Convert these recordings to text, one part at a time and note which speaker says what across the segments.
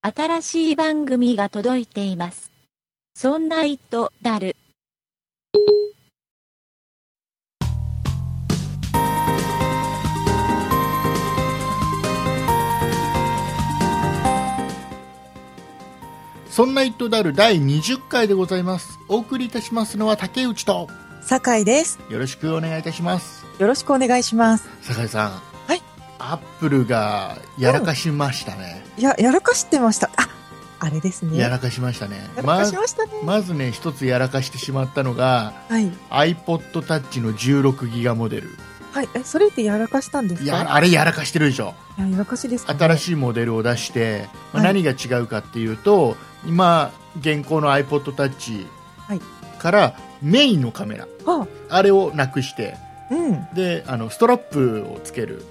Speaker 1: 新しい番組が届いています。そんな糸だる。
Speaker 2: そんな「イットダル」第20回でございますお送りいたしますのは竹内と
Speaker 3: 酒井です。
Speaker 2: よろしくお願いいたします
Speaker 3: よろしくお願いします。
Speaker 2: 酒井さん
Speaker 3: はい
Speaker 2: アップルがやらかしましたね、
Speaker 3: いや、やらかしてました。あ、あれですね。
Speaker 2: やらかしましたね
Speaker 3: やら
Speaker 2: ま
Speaker 3: かしましたね。
Speaker 2: まずね一つやらかしてしまったのが
Speaker 3: はい。
Speaker 2: iPodTouch の16ギガモデル
Speaker 3: はい。え、それってやらかしたんです
Speaker 2: い
Speaker 3: か
Speaker 2: やあれやらかしてるでしょ
Speaker 3: いややらかしですか、
Speaker 2: 新
Speaker 3: い。
Speaker 2: しいモデルを出して、まあ
Speaker 3: は
Speaker 2: 何
Speaker 3: い
Speaker 2: が違うかっていうと今現行の iPodTouch
Speaker 3: はい
Speaker 2: からメインのカメラ
Speaker 3: あ、
Speaker 2: あれをなくして
Speaker 3: うん。
Speaker 2: であのストラップをつける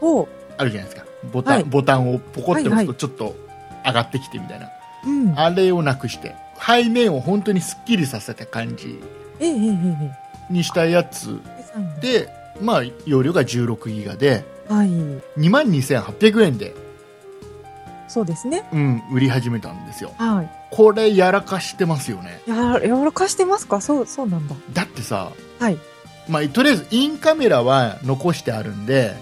Speaker 3: ほ
Speaker 2: あるじゃないですかボタン,、
Speaker 3: はい
Speaker 2: ボタンをポコって押
Speaker 3: は
Speaker 2: す
Speaker 3: い
Speaker 2: と
Speaker 3: は
Speaker 2: ちょっと上がってきてみたいな、
Speaker 3: う。うん。
Speaker 2: あれをなくして背面を本当にすっきりさせた感じ
Speaker 3: えええええ
Speaker 2: にしたやつ
Speaker 3: え。サイン
Speaker 2: でまあ容量が16ギガで
Speaker 3: はい。
Speaker 2: 2万2800円で、
Speaker 3: そうですね。
Speaker 2: うん、売り始めたんですよ
Speaker 3: はい。
Speaker 2: これやらかしてますよね
Speaker 3: や、やらかしてますかそう、そうなんだ。
Speaker 2: だってさ、
Speaker 3: はい。
Speaker 2: まあ、とりあえずインカメラは残してあるんで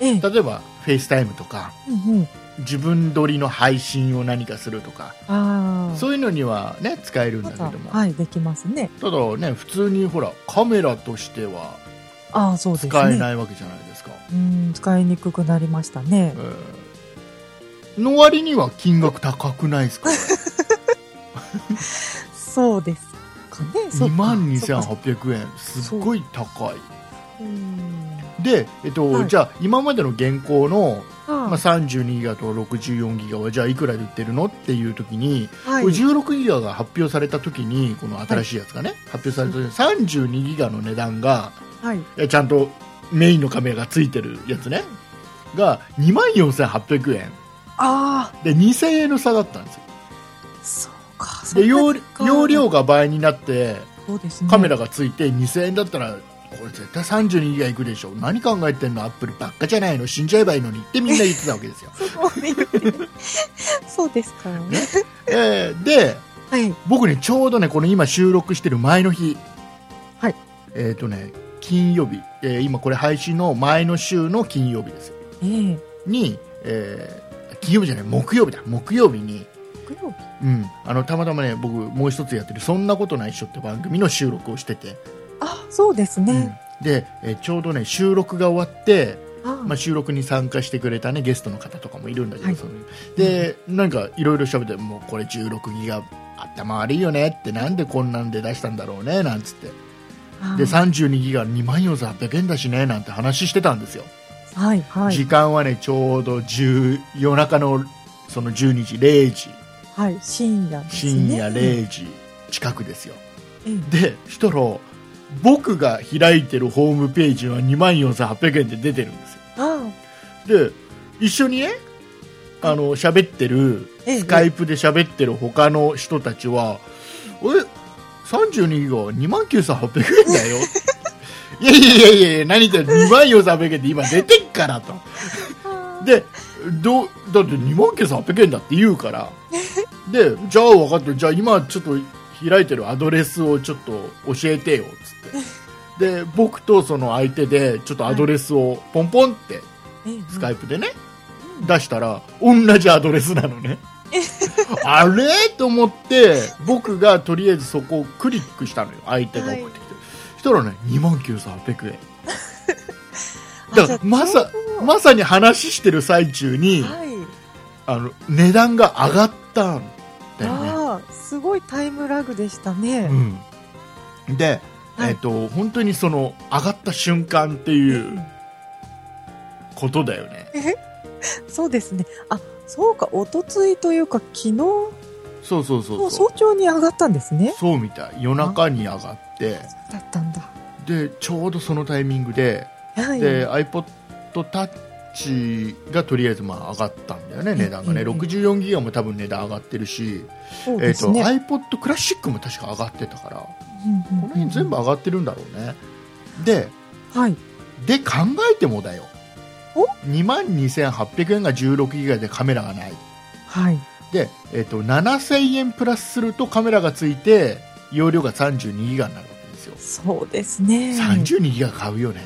Speaker 3: ええ。
Speaker 2: 例えばフェイスタイムとか
Speaker 3: うんうん。
Speaker 2: 自分撮りの配信を何かするとか
Speaker 3: ああ。
Speaker 2: そういうのにはね使えるんだ
Speaker 3: ま
Speaker 2: け
Speaker 3: た、
Speaker 2: ども、
Speaker 3: はい、できますね。
Speaker 2: ただね普通にほらカメラとしては
Speaker 3: ああ、そうですね。
Speaker 2: 使え
Speaker 3: い。
Speaker 2: ないわけじゃないですか
Speaker 3: うん、使いにくくなりましたね。
Speaker 2: えーの割には金額高くない ですか
Speaker 3: そうですかね。そう
Speaker 2: 2
Speaker 3: か
Speaker 2: 万
Speaker 3: そうか
Speaker 2: 2800円すっごい高い
Speaker 3: うん。
Speaker 2: で、えっと
Speaker 3: はい
Speaker 2: じゃあ今までの現行の、まあ、
Speaker 3: あ
Speaker 2: 32ギガと64ギガはじゃあいくらで売ってるのっていう時に、
Speaker 3: あ、はい
Speaker 2: これ16ギガが発表された時にこの新しいやつがね、発表された時に32ギガの値段が
Speaker 3: はい。
Speaker 2: いやちゃんとメインのカメラがついてるやつねが2万4800円
Speaker 3: あ
Speaker 2: で2000円の差だったんですよ
Speaker 3: あ、そうか。そ
Speaker 2: で
Speaker 3: んな
Speaker 2: 容
Speaker 3: か
Speaker 2: 容量が倍になって
Speaker 3: そうですね。、
Speaker 2: カメラがついて2000円だったらこれ絶対32ギガいくでしょ何考えてんのアップルばっかじゃないの死んじゃえばいいのにってみんな言ってたわけですよ
Speaker 3: すごい。 そうですか。
Speaker 2: ねえーで
Speaker 3: はい。
Speaker 2: 僕ねちょうどねこの今収録してる前の日
Speaker 3: はい
Speaker 2: えっ、とね金曜日、えー今これ配信の前の週の金曜日です
Speaker 3: ええ。
Speaker 2: に、えー金曜日じゃない木曜日だ木曜日に、
Speaker 3: 木曜日。
Speaker 2: うん、あのたまたまね僕もう一つやってる「そんなことないっしょ」って番組の収録をしてて、
Speaker 3: あ、そうですね。
Speaker 2: うんで、えーちょうどね収録が終わって、
Speaker 3: あ
Speaker 2: まあ、収録に参加してくれた、ね、ゲストの方とかもいるんだけど、
Speaker 3: はい
Speaker 2: そのでなんかいろいろ喋ってもうこれ16ギガ頭悪いよねってなんでこんなんで出したんだろうねなんつって
Speaker 3: あ
Speaker 2: で32ギガ2万4800円だしねなんて話してたんですよ
Speaker 3: はいはい
Speaker 2: 時間はねちょうど10夜中のその12時0時
Speaker 3: はい深夜ですね。
Speaker 2: 深夜0時近くですよ、
Speaker 3: ええ。
Speaker 2: でしたら僕が開いてるホームページは2万4800円で出てるんです
Speaker 3: あ
Speaker 2: よで一緒にねあの喋ってる
Speaker 3: ええ
Speaker 2: スカイプで喋ってる他の人たちは「え32ギガは2万9800円だよ」いやいやいやいや何言って2万4800円って今出てっからと
Speaker 3: あ
Speaker 2: でどうだって2万9800円だって言うからでじゃあ分かったじゃあ今ちょっと開いてるアドレスをちょっと教えてよっつってで僕とその相手でちょっとアドレスをポンポンって
Speaker 3: ええ
Speaker 2: スカイプでね、
Speaker 3: うん
Speaker 2: 出したら同じアドレスなの ねあれと思って僕がとりあえずそこをクリックしたのよ相手が送ってきて、そしたらね2万9800円
Speaker 3: あ
Speaker 2: だか
Speaker 3: じゃ
Speaker 2: ら
Speaker 3: あ
Speaker 2: まさ
Speaker 3: ちょうど
Speaker 2: まさに話してる最中に、
Speaker 3: はい。
Speaker 2: あの値段が上がったんだよね。
Speaker 3: ああ、すごいタイムラグでした
Speaker 2: う
Speaker 3: ね。
Speaker 2: ん、で、
Speaker 3: はい
Speaker 2: えっと本当にその上がった瞬間っていうことだよね。
Speaker 3: そうですね。あ、そうか。おとついというか昨日も
Speaker 2: そうそうそう
Speaker 3: う
Speaker 2: そう
Speaker 3: 早朝に上がったんですね。
Speaker 2: そうみたい夜中に上がって
Speaker 3: だったんだ。
Speaker 2: でちょうどそのタイミングで,、
Speaker 3: はい。
Speaker 2: で iPodTouch がとりあえずまあ上がったんだよね値段がね、
Speaker 3: うんうんうん
Speaker 2: 64ギガも多分値段上がってるし、
Speaker 3: そう
Speaker 2: え
Speaker 3: で
Speaker 2: っ
Speaker 3: す
Speaker 2: と
Speaker 3: ね。
Speaker 2: iPod クラシックも確か上がってたからこ
Speaker 3: うんうんう
Speaker 2: の
Speaker 3: ん
Speaker 2: 辺全部上がってるんだろうね。で
Speaker 3: はい。
Speaker 2: で考えてもだよ
Speaker 3: お
Speaker 2: 2万2800円が16ギガでカメラがない
Speaker 3: はい。
Speaker 2: で、えっと7000円プラスするとカメラがついて容量が32ギガになるわけですよ、
Speaker 3: そうですね。
Speaker 2: 32ギガ買うよ ね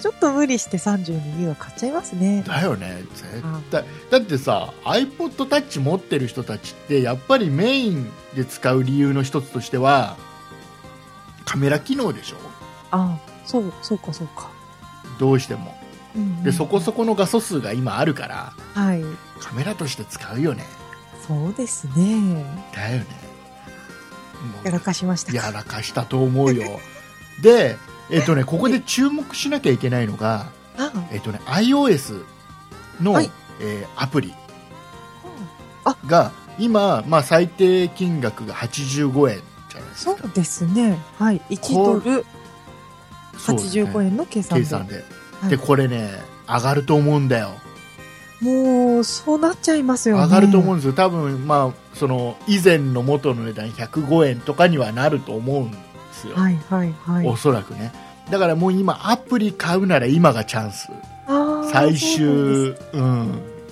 Speaker 3: ちょっと無理して32ギガ買っちゃいますね。
Speaker 2: だよね絶対だってさ iPodTouch 持ってる人たちってやっぱりメインで使う理由の一つとしてはカメラ機能でしょ
Speaker 3: あそう、そうか、そうか。
Speaker 2: どうしても
Speaker 3: うんうん
Speaker 2: でそこそこの画素数が今あるから
Speaker 3: はい。
Speaker 2: カメラとして使うよね
Speaker 3: そうですね。
Speaker 2: だよねもう
Speaker 3: やらかしました
Speaker 2: や
Speaker 3: か。
Speaker 2: らかしたと思うよでえっとねここで注目しなきゃいけないのが
Speaker 3: あ
Speaker 2: えっとね iOS の、
Speaker 3: はい
Speaker 2: えーアプリが今、まあ、最低金額が85円じゃないです
Speaker 3: そう
Speaker 2: か
Speaker 3: ですね。はい。1ドル
Speaker 2: そうですね
Speaker 3: 85円の計算
Speaker 2: 計
Speaker 3: で。
Speaker 2: 算で、
Speaker 3: はい
Speaker 2: でこれね上がると思うんだよ
Speaker 3: もう、そうなっちゃいますよね。
Speaker 2: 上がると思うん
Speaker 3: う。
Speaker 2: ですよ多分まあその以前の元の値段105円とかにはなると思うんですよ、
Speaker 3: はい、はい、はい。
Speaker 2: おそらくねだからもう今アプリ買うなら今がチャンス
Speaker 3: あー
Speaker 2: 最
Speaker 3: そ
Speaker 2: 終
Speaker 3: うなんです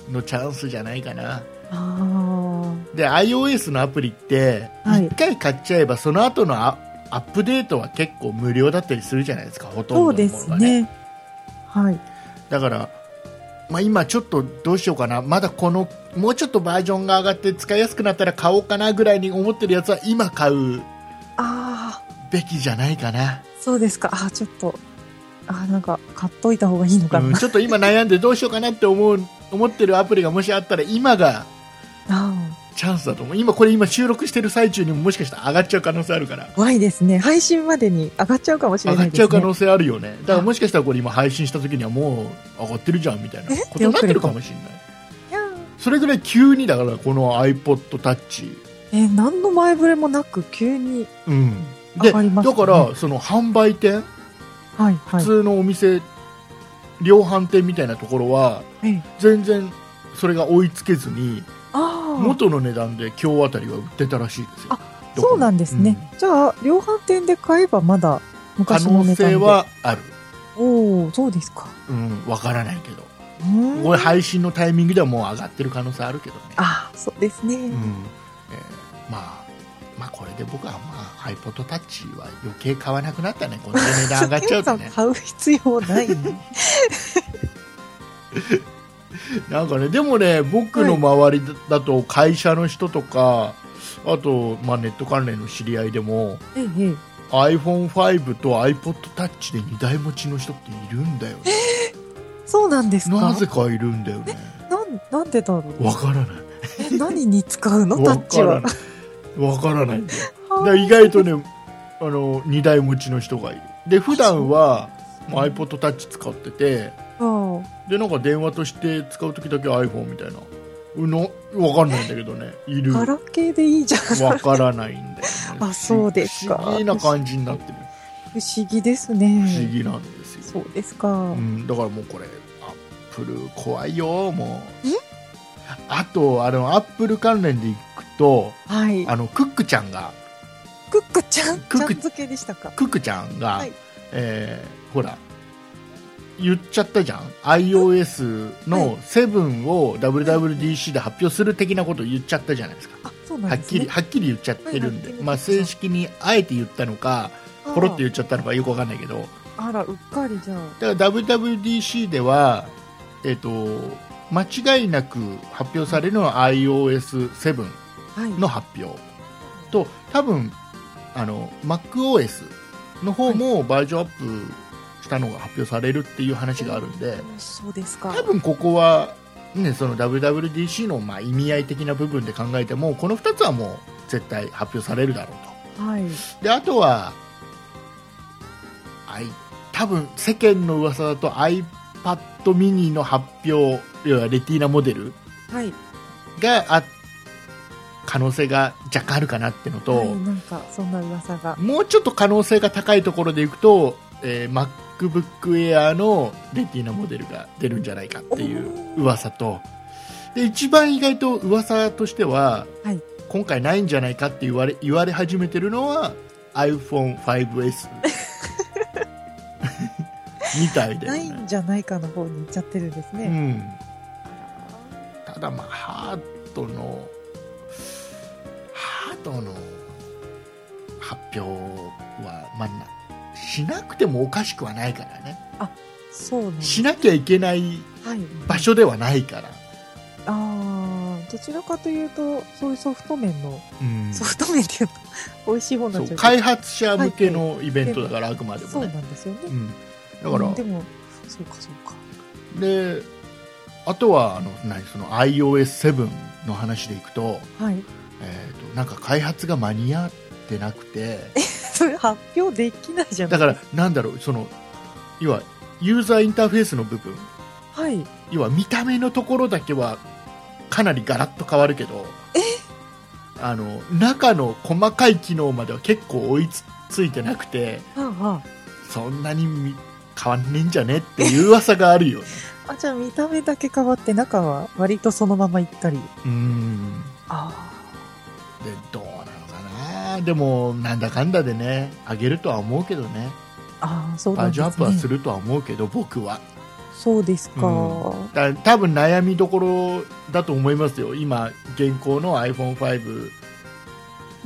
Speaker 2: うん、のチャンスじゃないかな
Speaker 3: あ
Speaker 2: で iOS のアプリって
Speaker 3: はい
Speaker 2: 1回買っちゃえば、その後のアアップデートは結構無料だったりするじゃないですかほ
Speaker 3: ー
Speaker 2: と
Speaker 3: そうん
Speaker 2: ど
Speaker 3: で
Speaker 2: のもの
Speaker 3: す
Speaker 2: がね
Speaker 3: ね。はい。
Speaker 2: だから、まあ、今ちょっとどうしようかなまだこのもうちょっとバージョンが上がって使いやすくなったら買おうかなぐらいに思ってるやつは今買う
Speaker 3: ああ、
Speaker 2: べきじゃないかな、
Speaker 3: そうですか。あーちょっと、あーなんか、買っといた方がいいのか
Speaker 2: うん、
Speaker 3: な。
Speaker 2: ちょっと今悩んでどうしようかなって思う思ってるアプリがもしあったら今が
Speaker 3: あー
Speaker 2: チャンスだと思う今これ今収録してる最中にももしかしたら上がっちゃう可能性あるから
Speaker 3: 怖いですね。配信までに上がっちゃうかもしれ
Speaker 2: 上
Speaker 3: な
Speaker 2: が
Speaker 3: い
Speaker 2: っ
Speaker 3: です、ね。
Speaker 2: ちゃう可能性あるよねだからもしかしたらこれ今配信した時にはもう上がってるじゃんみたいな
Speaker 3: え
Speaker 2: ことになってるかもしれない
Speaker 3: いやー
Speaker 2: それぐらい急にだからこの iPodTouch
Speaker 3: えー何の前触れもなく急に、
Speaker 2: うんで、
Speaker 3: 上がります
Speaker 2: だ
Speaker 3: ね
Speaker 2: からその販売店
Speaker 3: はい
Speaker 2: 普
Speaker 3: はい。
Speaker 2: 通のお店、量販店みたいなところは
Speaker 3: ええ
Speaker 2: 全然それが追いつけずに
Speaker 3: ああ、
Speaker 2: 元の値段で今日あたりは売ってたらしいですよ
Speaker 3: あそうなんですね。じゃあ、量販店で買えばまだ
Speaker 2: うん可
Speaker 3: 昔の
Speaker 2: 能
Speaker 3: 値段で。
Speaker 2: 性。はある
Speaker 3: おお、そうですか。
Speaker 2: うんわからないけど
Speaker 3: うーん
Speaker 2: これ配信のタイミングではもう上がってる可能性あるけどね
Speaker 3: ああ、そうですね。
Speaker 2: うんえーまあ、まあこれで僕は、まあ、ハイポトタッチは余計買わなくなったねこの値段上がっちゃうと ね
Speaker 3: 買う必要ない。
Speaker 2: なんかねでもね僕の周りだだと会社の人とかあと、まあ、ネット関連の知り合いでも
Speaker 3: ええ、
Speaker 2: iPhone5 と iPodTouch で2台持ちの人っているんだよね
Speaker 3: そうなんですか。
Speaker 2: なぜかいるんだよね
Speaker 3: なん、なんでだろう。
Speaker 2: わからない
Speaker 3: え、何に使うのタ
Speaker 2: わ
Speaker 3: ッチ
Speaker 2: から
Speaker 3: は
Speaker 2: な。いわからないんだよだから
Speaker 3: は
Speaker 2: 意外とねあの2台持ちの人がいるで普段はまあ iPodTouch 使ってて
Speaker 3: あー
Speaker 2: でなんか電話として使う時だけ iPhone みたいなうのわかんないんだけどねいる
Speaker 3: ガ
Speaker 2: わ
Speaker 3: ラケーでいいじゃん。
Speaker 2: からないんだよね
Speaker 3: あそうですか
Speaker 2: 不思議な感じになってる
Speaker 3: 不思議です
Speaker 2: 不
Speaker 3: ね。
Speaker 2: 思議なんですよ、
Speaker 3: そうですか
Speaker 2: う。ん、だからもうこれアップル怖いよもうあとあのアップル関連でいくと
Speaker 3: はい。
Speaker 2: あのクックちゃんが
Speaker 3: クックちゃん、
Speaker 2: クック
Speaker 3: ちゃん付けでしたか。
Speaker 2: クックちゃんが、
Speaker 3: はい
Speaker 2: えーほら言っちゃったじゃん iOS の7を WWDC で発表する的なことを言っちゃったじゃないですか
Speaker 3: あ、そう
Speaker 2: は
Speaker 3: なん
Speaker 2: っ
Speaker 3: です
Speaker 2: きり
Speaker 3: ね。
Speaker 2: はっきり言っちゃってるんで、
Speaker 3: はいはい
Speaker 2: まあ、正式にあえて言ったのか
Speaker 3: あー
Speaker 2: ポロって言っちゃったのかよくわかんないけど
Speaker 3: あら、うっかりじゃあ。
Speaker 2: だから WWDC では、えっと間違いなく発表されるのは iOS7
Speaker 3: はい。
Speaker 2: の発表と多分あの MacOS の方もバージョンアップしたのが発表されるっていう話があるんで
Speaker 3: そうですか。
Speaker 2: 多分ここは、ね、その WWDC のまあ意味合い的な部分で考えてもこの2つはもう絶対発表されるだろうと。
Speaker 3: はい。
Speaker 2: であとはあい多分世間の噂だと iPad mini の発表要はレティーナモデル
Speaker 3: はい。
Speaker 2: があ可能性が若干あるかなってのと、
Speaker 3: はい、なんか、そんな噂が。
Speaker 2: もうちょっと可能性が高いところでいくと、えー MacBook Air のレティーナモデルが出るんじゃないかっていう噂とで一番意外と噂としては、
Speaker 3: はい
Speaker 2: 今回ないんじゃないかって言われ言われ始めてるのは iPhone5S みたいだ
Speaker 3: な
Speaker 2: よ
Speaker 3: い
Speaker 2: ね
Speaker 3: んじゃないかの方に行っちゃってるんです
Speaker 2: う
Speaker 3: ね。
Speaker 2: ん、
Speaker 3: あ
Speaker 2: ただまあハートのハートの発表は、まあな、しなくてもおかしくはないからね
Speaker 3: そうなんだ
Speaker 2: しなきゃいけない
Speaker 3: はい。
Speaker 2: 場所ではないから、
Speaker 3: ああ、どちらかというと、そういうソフト麺の、
Speaker 2: うん
Speaker 3: ソフト麺っていうと、美味しい方にな
Speaker 2: そ
Speaker 3: っちゃ
Speaker 2: う
Speaker 3: うけど
Speaker 2: 開発者向けのイベントだから、あくまで
Speaker 3: そ
Speaker 2: も
Speaker 3: う
Speaker 2: ね、
Speaker 3: なんですよね。
Speaker 2: うん、だから、
Speaker 3: うんでも、そうかそうか。
Speaker 2: であとはあの何その iOS7 の話でいくと,、
Speaker 3: はい。
Speaker 2: えー、となんか開発が間に合ってなくて
Speaker 3: それ発表できないじゃない
Speaker 2: だからなんだろうその要はユーザーインターフェースの部分
Speaker 3: はい。
Speaker 2: 要は見た目のところだけはかなりガラッと変わるけどあの中の細かい機能までは結構追いつついてなくて
Speaker 3: はあ、は
Speaker 2: そんなにみ変わんねえんじゃねっていう噂があるよ ね
Speaker 3: あ。あ、じゃあ見た目だけ変わって、中は割とそのまま行ったり。
Speaker 2: うーん
Speaker 3: あ
Speaker 2: でどうなのかなでもなんだかんだでね上げるとは思うけどね
Speaker 3: あ、ああ、そうな
Speaker 2: バ
Speaker 3: ん
Speaker 2: ー
Speaker 3: です
Speaker 2: ジョン
Speaker 3: ね。
Speaker 2: アップはするとは思うけど僕は
Speaker 3: そうですか。
Speaker 2: うんだ多分悩みどころだと思いますよ今現行の iPhone5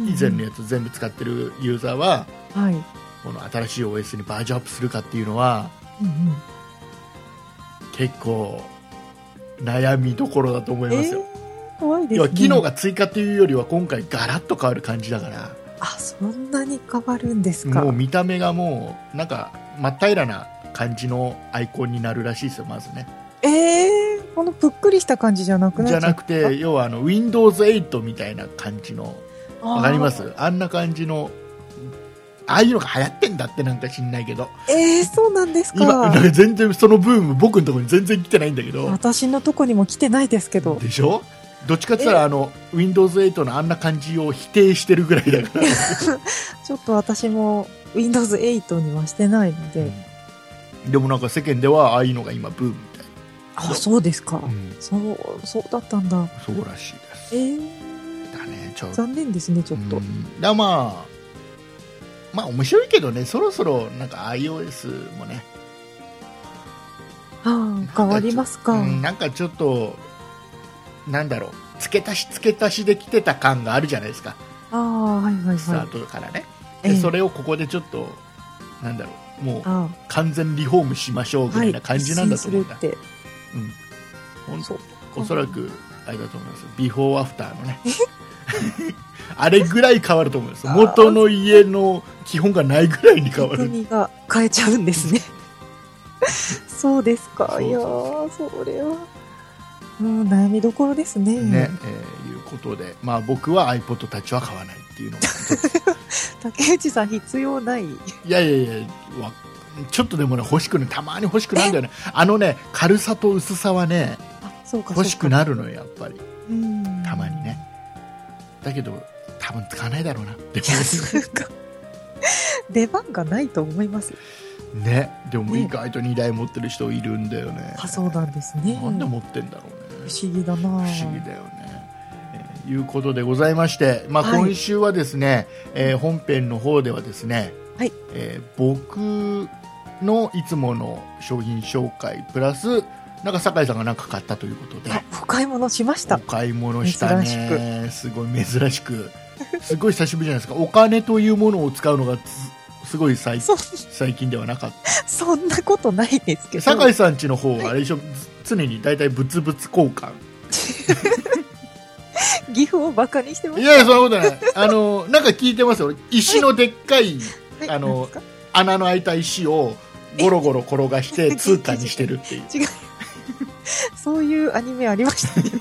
Speaker 2: 以前のやつ全部使ってるユーザーは、
Speaker 3: はい。
Speaker 2: この新しい OS にバージョンアップするかっていうのは
Speaker 3: うんうん。
Speaker 2: 結構悩みどころだと思いますよ、
Speaker 3: ー怖いです
Speaker 2: 要
Speaker 3: ね。
Speaker 2: は機能が追加っていうよりは今回ガラッと変わる感じだから
Speaker 3: あ、そんなに変わるんですか。
Speaker 2: もう見た目がもうなんか真っ平らな感じのアイコンになるらしいですよまずね
Speaker 3: ええー、このぷっくりした感じじゃなくな
Speaker 2: じ
Speaker 3: っちゃ
Speaker 2: ゃ
Speaker 3: う
Speaker 2: なくて要はあの Windows8 みたいな感じのわかりますあんな感じのああいうのが流行ってんだってなんか知んないけど
Speaker 3: ええー、そうなんです
Speaker 2: 今なん
Speaker 3: か。
Speaker 2: か全然そのブーム僕のところに全然来てないんだけど
Speaker 3: 私のとこにも来てないですけど。
Speaker 2: でしょどっちかって言ったらあの Windows8 のあんな感じを否定してるぐらいだから
Speaker 3: ちょっと私も Windows 8にはしてないので。
Speaker 2: でもなんか世間ではああいうのが今ブームみたい
Speaker 3: あ、そうですか。
Speaker 2: な、うん
Speaker 3: そう、そうだったんだ。
Speaker 2: そうらしいです
Speaker 3: えー、
Speaker 2: だねちょっと
Speaker 3: 残念ですね、ちょっと。
Speaker 2: うんだまあまあ面白いけどねそろそろなんか iOS もね
Speaker 3: ああ、変わりますか。
Speaker 2: うんなんかちょっとなんだろう付け足し付け足しできてた感があるじゃないですか
Speaker 3: ああ、はいはい
Speaker 2: スタ
Speaker 3: はい
Speaker 2: ー。トからね、
Speaker 3: ええ
Speaker 2: でそれをここでちょっとなんだろうもう
Speaker 3: あ
Speaker 2: 完全リフォームしましょう
Speaker 3: あ、
Speaker 2: ぐらいな感じなんだと思うんだ、
Speaker 3: 一新するって。
Speaker 2: うんほん
Speaker 3: そう
Speaker 2: おそらくあれだと思いますビフォーアフターのね あれぐらい変わると思います元の家の基本がないぐらいに変わる
Speaker 3: 国が変えちゃうんで すねそうですか
Speaker 2: そう
Speaker 3: いやーそれはうん悩みどころですね
Speaker 2: ね、えーいうことで、まあ、僕は iPod たちは買わないっていうのが
Speaker 3: 竹内さん必要ない
Speaker 2: いやいやいやわちょっとでもね欲しくねたまに欲しくなるんだよねあのね軽さと薄さはね
Speaker 3: あそうかそうか
Speaker 2: 欲しくなるのよやっぱり
Speaker 3: うん
Speaker 2: たまにねだけど多分使わないだ ろうなって
Speaker 3: いやそうか 出番がないと思います
Speaker 2: ねでも
Speaker 3: ね
Speaker 2: 意外と2台持ってる人いるんだよね
Speaker 3: あそうなんですね
Speaker 2: なんで持ってんだろうね
Speaker 3: 不思議だ
Speaker 2: 不
Speaker 3: な
Speaker 2: 思議だよね。えーいうことでございまして、まあ、
Speaker 3: はい
Speaker 2: 今週はですね、えー本編の方ではですね、
Speaker 3: はい
Speaker 2: えー僕のいつもの商品紹介プラスなんか酒井さんが何か買ったということで
Speaker 3: あお買い物しまし
Speaker 2: お
Speaker 3: た
Speaker 2: 買い物したねすごい珍しくすごい久しぶりじゃないですかお金というものを使うのがつすごい最
Speaker 3: そん
Speaker 2: 最近ではなかった
Speaker 3: そんなことないですけど
Speaker 2: 酒井さんちの方はあれでしょ、常に大体物々交換
Speaker 3: 岐阜をバカにしてま
Speaker 2: い
Speaker 3: す
Speaker 2: やいや、そんなことない。あの、なんか聞いてますよ。石のでっかい
Speaker 3: はい
Speaker 2: あの
Speaker 3: なんですか
Speaker 2: 穴の開いた石をゴロゴロ転がして通貨にしてるっていう。
Speaker 3: そういうアニメあり ましたね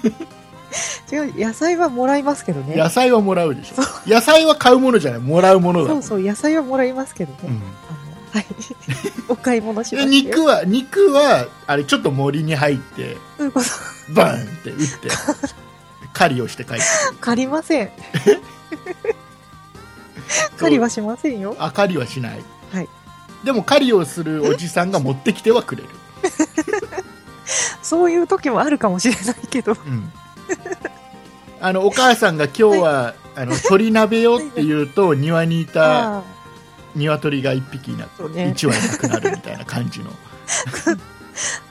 Speaker 3: 違う野菜はもらいますけどね
Speaker 2: 野菜はもらうでしょ。野菜は買うものじゃない、もらうものだ
Speaker 3: そ
Speaker 2: もん。
Speaker 3: うそう、野菜はもらいますけどね。
Speaker 2: うん
Speaker 3: あのはい。 お買い物しま
Speaker 2: です肉は、肉は、あれ、ちょっと森に入って、
Speaker 3: ということ、
Speaker 2: バーンって打 って、狩りをして帰ってくる。
Speaker 3: 借りません。借りはしませんよ。
Speaker 2: あ、狩りはしない。
Speaker 3: はい。
Speaker 2: でも狩りをするおじさんが持ってきてはくれる。
Speaker 3: そういう時もあるかもしれないけど。
Speaker 2: うん。あの、お母さんが今日は、あの、鶏鍋よって言うと、庭にいた、
Speaker 3: あ
Speaker 2: 鶏が1匹いな
Speaker 3: そう
Speaker 2: く、
Speaker 3: ね
Speaker 2: 一1羽いなくなるみたいな感じの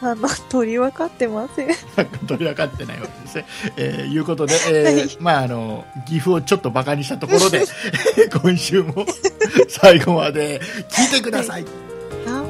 Speaker 3: ああの、鳥は飼ってません。
Speaker 2: なんか取り分かってないわけですね。えーいうことで、えー
Speaker 3: はい
Speaker 2: まああの岐阜をちょっとバカにしたところで 今週も 最後まで聞いてください。
Speaker 3: あ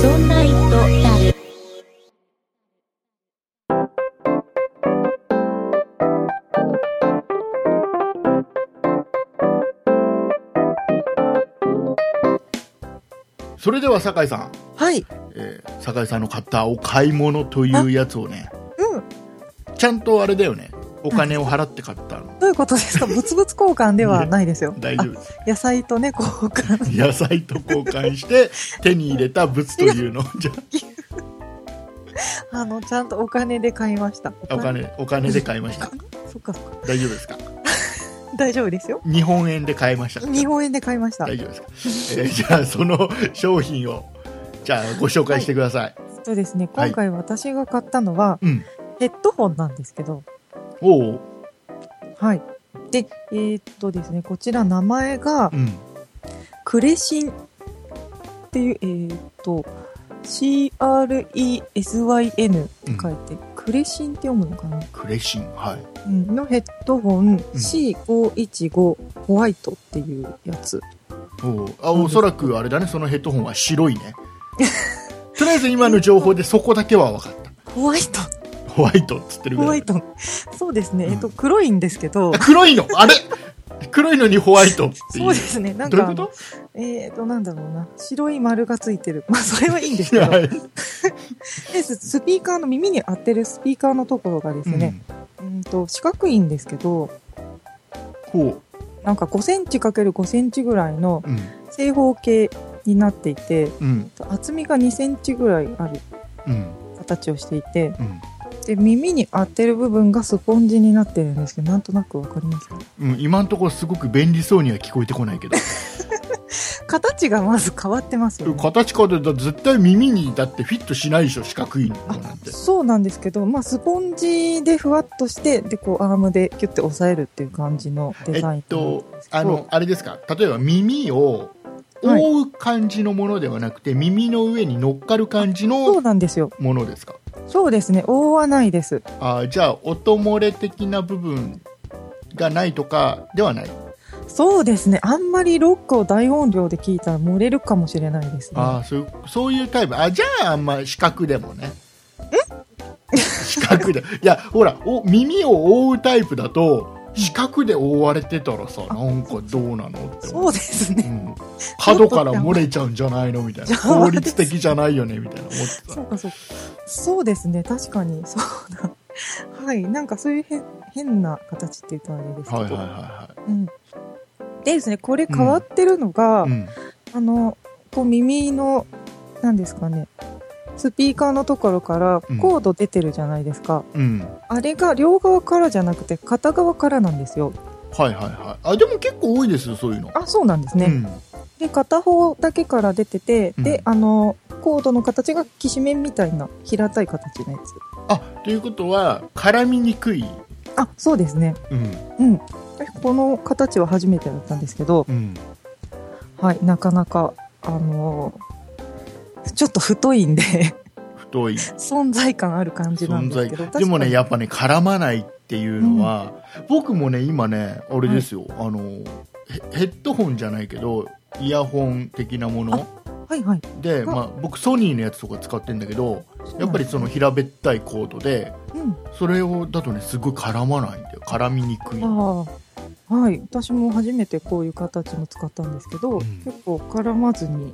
Speaker 1: そんな糸だる。
Speaker 2: それでは酒井さん、
Speaker 3: はい。
Speaker 2: えー酒井さんの買ったお買い物というやつをね、
Speaker 3: うん。
Speaker 2: ちゃんとあれだよね。お金を払って買ったの。。
Speaker 3: どういうことですか物々交換ではないですよ
Speaker 2: 大丈夫です。
Speaker 3: あ野菜とね、交換。
Speaker 2: 野菜と交換して手に入れた物というのをじゃ
Speaker 3: あの、ちゃんとお金で買いました。
Speaker 2: あお金お金で買いました。
Speaker 3: そっかそっか。
Speaker 2: 大丈夫ですか。
Speaker 3: 大丈夫ですよ。
Speaker 2: 日本円で買いましたか。
Speaker 3: 日本円で買いました。
Speaker 2: 大丈夫ですか、えーじゃあその商品をじゃあご紹介してください、
Speaker 3: そうですね。
Speaker 2: はい
Speaker 3: 今回私が買ったのは、
Speaker 2: うん
Speaker 3: ヘッドホンなんですけど、
Speaker 2: おう
Speaker 3: はい。で、えーっとですね、こちら名前が
Speaker 2: う、ん
Speaker 3: クレシンっていう、えーっと、CRESYN
Speaker 2: うん
Speaker 3: 書いて、クレシンって読むのかな、
Speaker 2: クレシンはい
Speaker 3: うん、のヘッドホン C515 ホワイトっていうやつ。
Speaker 2: おうあ
Speaker 3: うん
Speaker 2: おそらくあれだねそのヘッドホンは白いね とりあえず今の情報でそこだけは分かっ
Speaker 3: ホワイト
Speaker 2: たホワイトっつってるぐ
Speaker 3: ホ
Speaker 2: ら
Speaker 3: ワ
Speaker 2: い
Speaker 3: イト。そうですね。
Speaker 2: うん
Speaker 3: えっと、黒いんですけど
Speaker 2: あ、黒いのあれ黒いのにホワイトってい
Speaker 3: そう
Speaker 2: う
Speaker 3: ですね。なん
Speaker 2: どういう
Speaker 3: か、
Speaker 2: こと
Speaker 3: えっと、なんだろうな。白い丸がついてる。 まあ、それはいいんですけど。
Speaker 2: はい
Speaker 3: でススピーカーの耳に当てるスピーカーのところがですね、うん、と四角いんですけど、
Speaker 2: うんほ
Speaker 3: なんか5センチ ×5 センチぐらいの
Speaker 2: ううん
Speaker 3: 正方形になっていて、
Speaker 2: うん
Speaker 3: 厚みが2センチぐらいある
Speaker 2: うん
Speaker 3: 形をしていて、
Speaker 2: うん
Speaker 3: で、耳に当てる部分がスポンジになってるんですけど、なんとなくわかりますか
Speaker 2: うん、今のところすごく便利そうには聞こえてこないけど
Speaker 3: 形がまず変わってますよね。
Speaker 2: 形からだ絶対耳にだってフィットしないでしょ四角いの
Speaker 3: あ
Speaker 2: なんて
Speaker 3: そうなんですけど、まあ、スポンジでふわっとして、で、こう、アームでキュッて押さえるっていう感じのデザイン。
Speaker 2: えっと、あの、あれですか、例えば耳を
Speaker 3: はい
Speaker 2: 覆う感じのものではなくて、耳の上に乗っかる感じ
Speaker 3: そう
Speaker 2: の
Speaker 3: なんですよ。
Speaker 2: ものですか。
Speaker 3: そうですね。覆わないです。
Speaker 2: あーじゃあ、音漏れ的な部分がないとかではない。
Speaker 3: そうですね。あんまりロックを大音量で聞いたら漏れるかもしれないですね。
Speaker 2: あーそういうそういうタイプ。あじゃあ、あんま四角でもね。四角で。いや、ほらお、耳を覆うタイプだと、四角で覆われてたらさ、なんかどうなのって思う
Speaker 3: そうですね。
Speaker 2: うん角から漏れちゃうんじゃないのみ たいな
Speaker 3: 邪
Speaker 2: 効
Speaker 3: 魔です
Speaker 2: 率的じゃないよねみたいな思って
Speaker 3: そ
Speaker 2: た
Speaker 3: うかそうか。そうですね。確かに、そうだ。はい。なんかそういう変変な形って言ったらあれですけど。
Speaker 2: はいはいは
Speaker 3: うん。でですね、これ変わってるのが、
Speaker 2: いはい、うん、
Speaker 3: あの、こう耳の、なんですかね。スピーカーのところから
Speaker 2: うん
Speaker 3: コード出てるじゃないですか。
Speaker 2: うん、
Speaker 3: あれが両側からじゃなくて片側からなんですよ。
Speaker 2: はいはいはいあでも結構多いですよそういうの
Speaker 3: あ、そうなんですね。
Speaker 2: うん、
Speaker 3: で片方だけから出てて、
Speaker 2: うん
Speaker 3: であのコードの形がきしめんみたいな平たい形のやつ
Speaker 2: あということは絡みにくい
Speaker 3: あそうですね
Speaker 2: うん
Speaker 3: うん私この形は初めてだったんですけど
Speaker 2: うん
Speaker 3: はいなかなかあのちょっと太いんで
Speaker 2: 太い
Speaker 3: 存在感ある感じな
Speaker 2: 存
Speaker 3: んです
Speaker 2: 在
Speaker 3: けど
Speaker 2: でもね
Speaker 3: 確か
Speaker 2: やっぱね絡まないっていうのは、僕もね今ねあれですよ、あのヘヘッドホンじゃないけどイヤホン的なもの
Speaker 3: にはいはい
Speaker 2: で、
Speaker 3: あ
Speaker 2: まあ、僕ソニーのやつとか使ってんだけどやっぱりその平べったいコードで
Speaker 3: うん
Speaker 2: それをだとねすごい絡まないんだよ絡みにくい
Speaker 3: ああはい私も初めてこういう形の使ったんですけ
Speaker 2: う
Speaker 3: ど、
Speaker 2: ん
Speaker 3: 結構絡まずに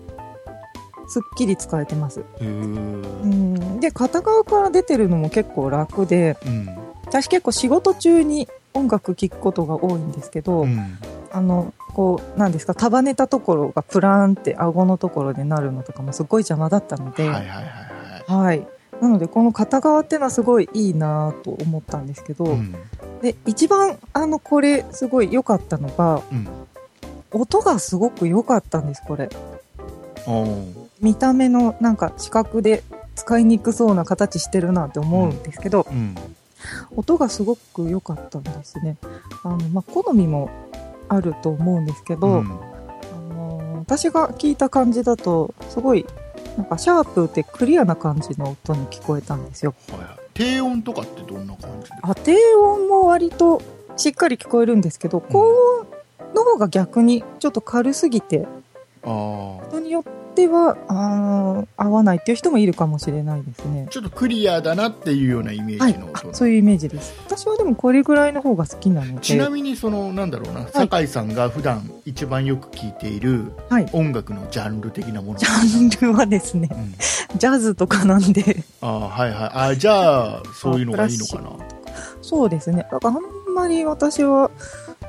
Speaker 3: すっきり使えてます
Speaker 2: へ
Speaker 3: う
Speaker 2: ー
Speaker 3: んで片側から出てるのも結構楽で
Speaker 2: うん
Speaker 3: 私結構仕事中に音楽聴くことが多いんですけど、
Speaker 2: うん
Speaker 3: あのこうなんですか束ねたところがプランって顎のところでなるのとかもすごい邪魔だったので、
Speaker 2: はいは
Speaker 3: はいい
Speaker 2: はいはい
Speaker 3: なのでこの片側っていうのはすごいいいなと思ったんですけど、
Speaker 2: うん
Speaker 3: で一番あのこれすごい良かったのが
Speaker 2: うん
Speaker 3: 音がすごく良かったんですこれ
Speaker 2: おー
Speaker 3: 見た目のなんか四角で使いにくそうな形してるなって思うんですけど、
Speaker 2: うん
Speaker 3: 音がすごく良かったんですねあの、まあ、好みもあると思うんですけど、
Speaker 2: うん
Speaker 3: あのー私が聞いた感じだとすごいなんかシャープってクリアな感じの音に聞こえたんですよ
Speaker 2: はいはい低音とかってどんな感じで
Speaker 3: あ低音も割としっかり聞こえるんですけど高音の方が逆にちょっと軽すぎて
Speaker 2: あー
Speaker 3: 人によってはあのー合わないっていう人もいるかもしれないですね
Speaker 2: ちょっとクリアだなっていうようなイメー
Speaker 3: は
Speaker 2: ジ
Speaker 3: い
Speaker 2: の
Speaker 3: あ
Speaker 2: 音、
Speaker 3: そういうイメージです私はでもこれぐらいの方が好きなので
Speaker 2: ちなみにそのなんだろうな、酒井さんが普段一番よく聞いている
Speaker 3: はい
Speaker 2: 音楽のジャンル的なもの
Speaker 3: ジャンルはですね
Speaker 2: うん
Speaker 3: ジャズとかなんで
Speaker 2: ああはいはいあじゃあそういうのがいいのかな
Speaker 3: そうですね。だからあんまり私は、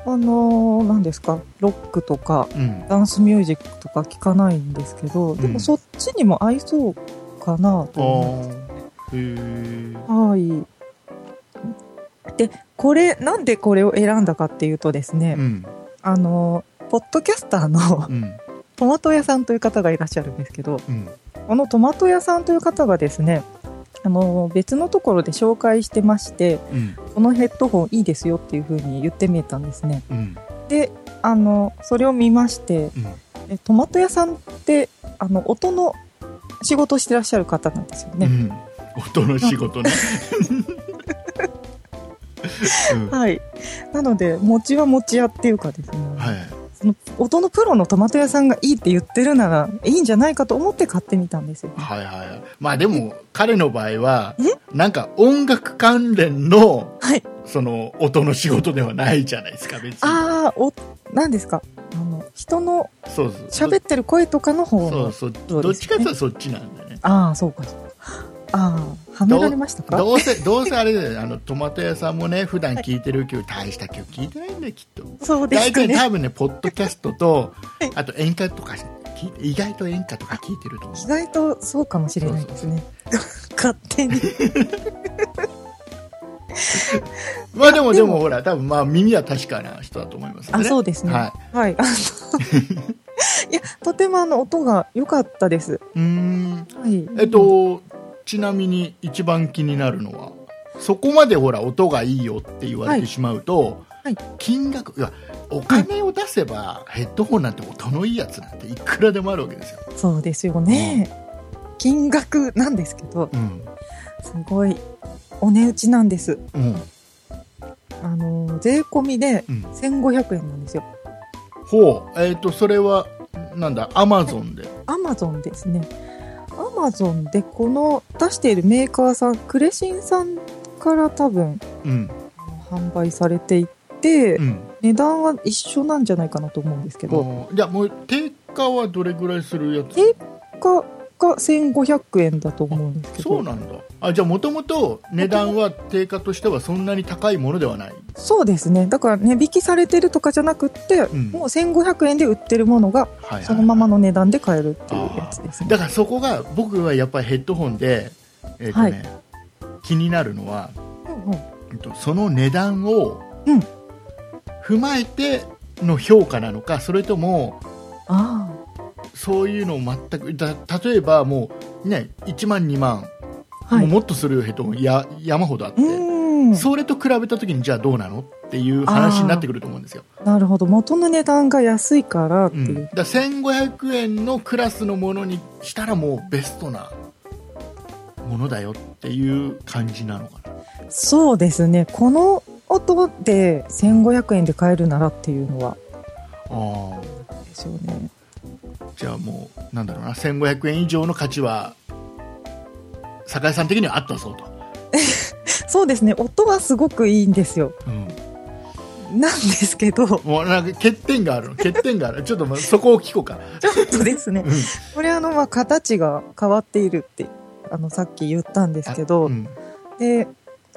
Speaker 3: あのー、何ですか、ロックとか、
Speaker 2: うん
Speaker 3: ダンスミュージックとか聞かないんですけど、で
Speaker 2: うん
Speaker 3: もそっちにも合いそうかな
Speaker 2: あ
Speaker 3: と思
Speaker 2: ーへー
Speaker 3: う。はい。で、これ、なんでこれを選んだかっていうとですね、
Speaker 2: うん
Speaker 3: あのー、ポッドキャスターの
Speaker 2: うん
Speaker 3: トマト屋さんという方がいらっしゃるんですけど、
Speaker 2: うん
Speaker 3: このトマト屋さんという方がですね、あのー、別のところで紹介してまして、
Speaker 2: うん
Speaker 3: このヘッドホンいいですよっていう風に言ってみたんですね。
Speaker 2: うん
Speaker 3: であのそれを見まして
Speaker 2: うん
Speaker 3: えトマト屋さんってあの音の仕事をしてらっしゃる方なんですよ
Speaker 2: う
Speaker 3: ね、
Speaker 2: ん音の仕事 ねうんは
Speaker 3: はいなので餅は餅屋っていうかですね、
Speaker 2: い
Speaker 3: その音のプロのトマト屋さんがいいって言ってるならいいんじゃないかと思って買ってみたんですよ
Speaker 2: はいはいはいまあでも彼の場合はなんか音楽関連の
Speaker 3: はい
Speaker 2: その音の仕事ではないじゃないですか別に
Speaker 3: ああお何ですかあの人の
Speaker 2: そうそう
Speaker 3: 喋ってる声とかの方
Speaker 2: そ
Speaker 3: の
Speaker 2: うそう
Speaker 3: そう
Speaker 2: どっ
Speaker 3: です
Speaker 2: ちかっ
Speaker 3: ね
Speaker 2: ていうとそっちなんだね
Speaker 3: ああそうかそうかああはめられましたか
Speaker 2: どうせどうせあれだよあのトマト屋さんもね普段聞いてる曲、大した曲聞いてないんだよきっと
Speaker 3: そうです
Speaker 2: 大
Speaker 3: か
Speaker 2: 体
Speaker 3: ね
Speaker 2: 多分ねポッドキャスト とあと演歌とか聞いて意外と演歌とか聞いてると思う
Speaker 3: 意外とそうかもしれないです ね勝手に
Speaker 2: まあでも
Speaker 3: いや
Speaker 2: で
Speaker 3: でも
Speaker 2: もほら多分まあ耳は確かな人だと思いますね
Speaker 3: あそうですね
Speaker 2: は
Speaker 3: はい。あ のいや、とてもあの音が良かったです。
Speaker 2: いうーん
Speaker 3: はい。
Speaker 2: えっ、とちなみに一番気になるのはそこまでほら音がいいよって言われ
Speaker 3: は
Speaker 2: て
Speaker 3: い
Speaker 2: しまうと、
Speaker 3: はい
Speaker 2: 金額いやお金を出せばヘッドホンなんて音のいいやつなんていくらでもあるわけですよ、
Speaker 3: そうですよね。金額なんですけど、
Speaker 2: うん
Speaker 3: すごいお値打ちなんです。
Speaker 2: うん
Speaker 3: あの、税込みで
Speaker 2: うん
Speaker 3: 1500円なんですよ。
Speaker 2: ほう、えっ、と、それは、なんだ、アマゾンで。
Speaker 3: アマゾンですね。アマゾンでこの出しているメーカーさん、クレシンさんから多分
Speaker 2: うん。
Speaker 3: 販売されていて、
Speaker 2: うん。
Speaker 3: 値段は一緒なんじゃないかなと思うんですけど、
Speaker 2: じゃあもう、定価はどれぐらいするやつ
Speaker 3: 定価が1500円だと思うんですけど。
Speaker 2: そうなんだ。あ、じゃあもともと値段は定価としてはそんなに高いものではない。
Speaker 3: そうですね。だから値引きされてるとかじゃなくって、
Speaker 2: ん
Speaker 3: もう1500円で売ってるものが
Speaker 2: はい、はい。
Speaker 3: そのままの値段で買えるっていうやつですね。
Speaker 2: だからそこが、僕はやっぱりヘッドホンで、えっ、とね、気になるのは、
Speaker 3: うんうん
Speaker 2: えっとその値段を
Speaker 3: うん
Speaker 2: 踏まえての評価なのか、それとも、
Speaker 3: あ
Speaker 2: そういうのを全くだ例えばもうね1万2万、
Speaker 3: あ、は
Speaker 2: もう
Speaker 3: い。
Speaker 2: もっとするヘッドホンや山ほどあって、
Speaker 3: うーん。
Speaker 2: それと比べた時にじゃあどうなのっていう話になってくると思うんですよ、
Speaker 3: なるほど。元の値段が安いからって
Speaker 2: う
Speaker 3: い
Speaker 2: ん、だ
Speaker 3: う。
Speaker 2: から1500円のクラスのものにしたらもうベストなものだよっていう感じなのかな
Speaker 3: そうですね。この音で1500円で買えるならっていうのは、
Speaker 2: あー
Speaker 3: ですよね。
Speaker 2: じゃあもうなんだろうな1500円以上の価値は酒井さん的にはあったそうと、
Speaker 3: そうですね。音はすごくいいんですよ。
Speaker 2: うん、
Speaker 3: なんですけど、ちょ
Speaker 2: もうなんか欠点がある の欠点があるちょっとまあそこを聞こうか、
Speaker 3: っとですね
Speaker 2: う。ん
Speaker 3: これあの、まあ、形が変わっているって、あの、さっき言ったんですけど、
Speaker 2: うん
Speaker 3: で